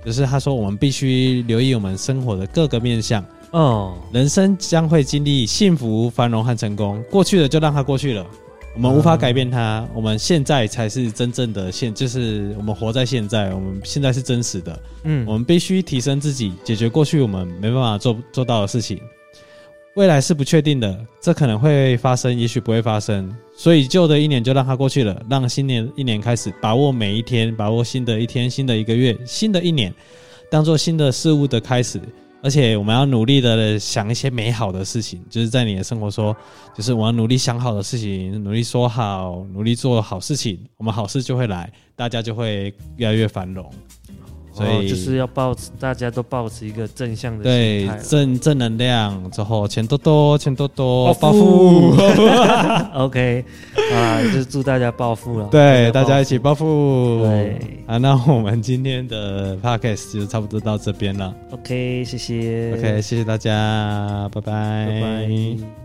Speaker 2: 就是他说，我们必须留意我们生活的各个面向，
Speaker 1: 哦，
Speaker 2: 人生将会经历幸福、繁荣和成功。过去的就让它过去了，我们无法改变它。我们现在才是真正的现，就是我们活在现在，我们现在是真实的。
Speaker 1: 嗯，
Speaker 2: 我们必须提升自己，解决过去我们没办法做做到的事情。未来是不确定的，这可能会发生，也许不会发生。所以旧的一年就让它过去了，让新年一年开始，把握每一天，把握新的一天、新的一个月、新的一年，当做新的事物的开始。而且我们要努力的想一些美好的事情，就是在你的生活说，就是我要努力想好的事情，努力说好，努力做好事情，我们好事就会来，大家就会越来越繁荣。所以、
Speaker 1: 哦、就是要保持，大家都保持一个正向的
Speaker 2: 对
Speaker 1: 心态，啊了。
Speaker 2: 正正能量之后，钱多多，钱多多，
Speaker 1: 暴
Speaker 2: 暴
Speaker 1: 富
Speaker 2: 富，
Speaker 1: (laughs) OK，啊，就是祝大家暴富了。
Speaker 2: 对，大
Speaker 1: 暴
Speaker 2: 家一起暴富。
Speaker 1: 对
Speaker 2: 啊，那我们今天的 podcast 就差不多到这边了。
Speaker 1: OK，谢谢
Speaker 2: OK，谢谢大家，拜
Speaker 1: 拜
Speaker 2: 拜，
Speaker 1: 拜。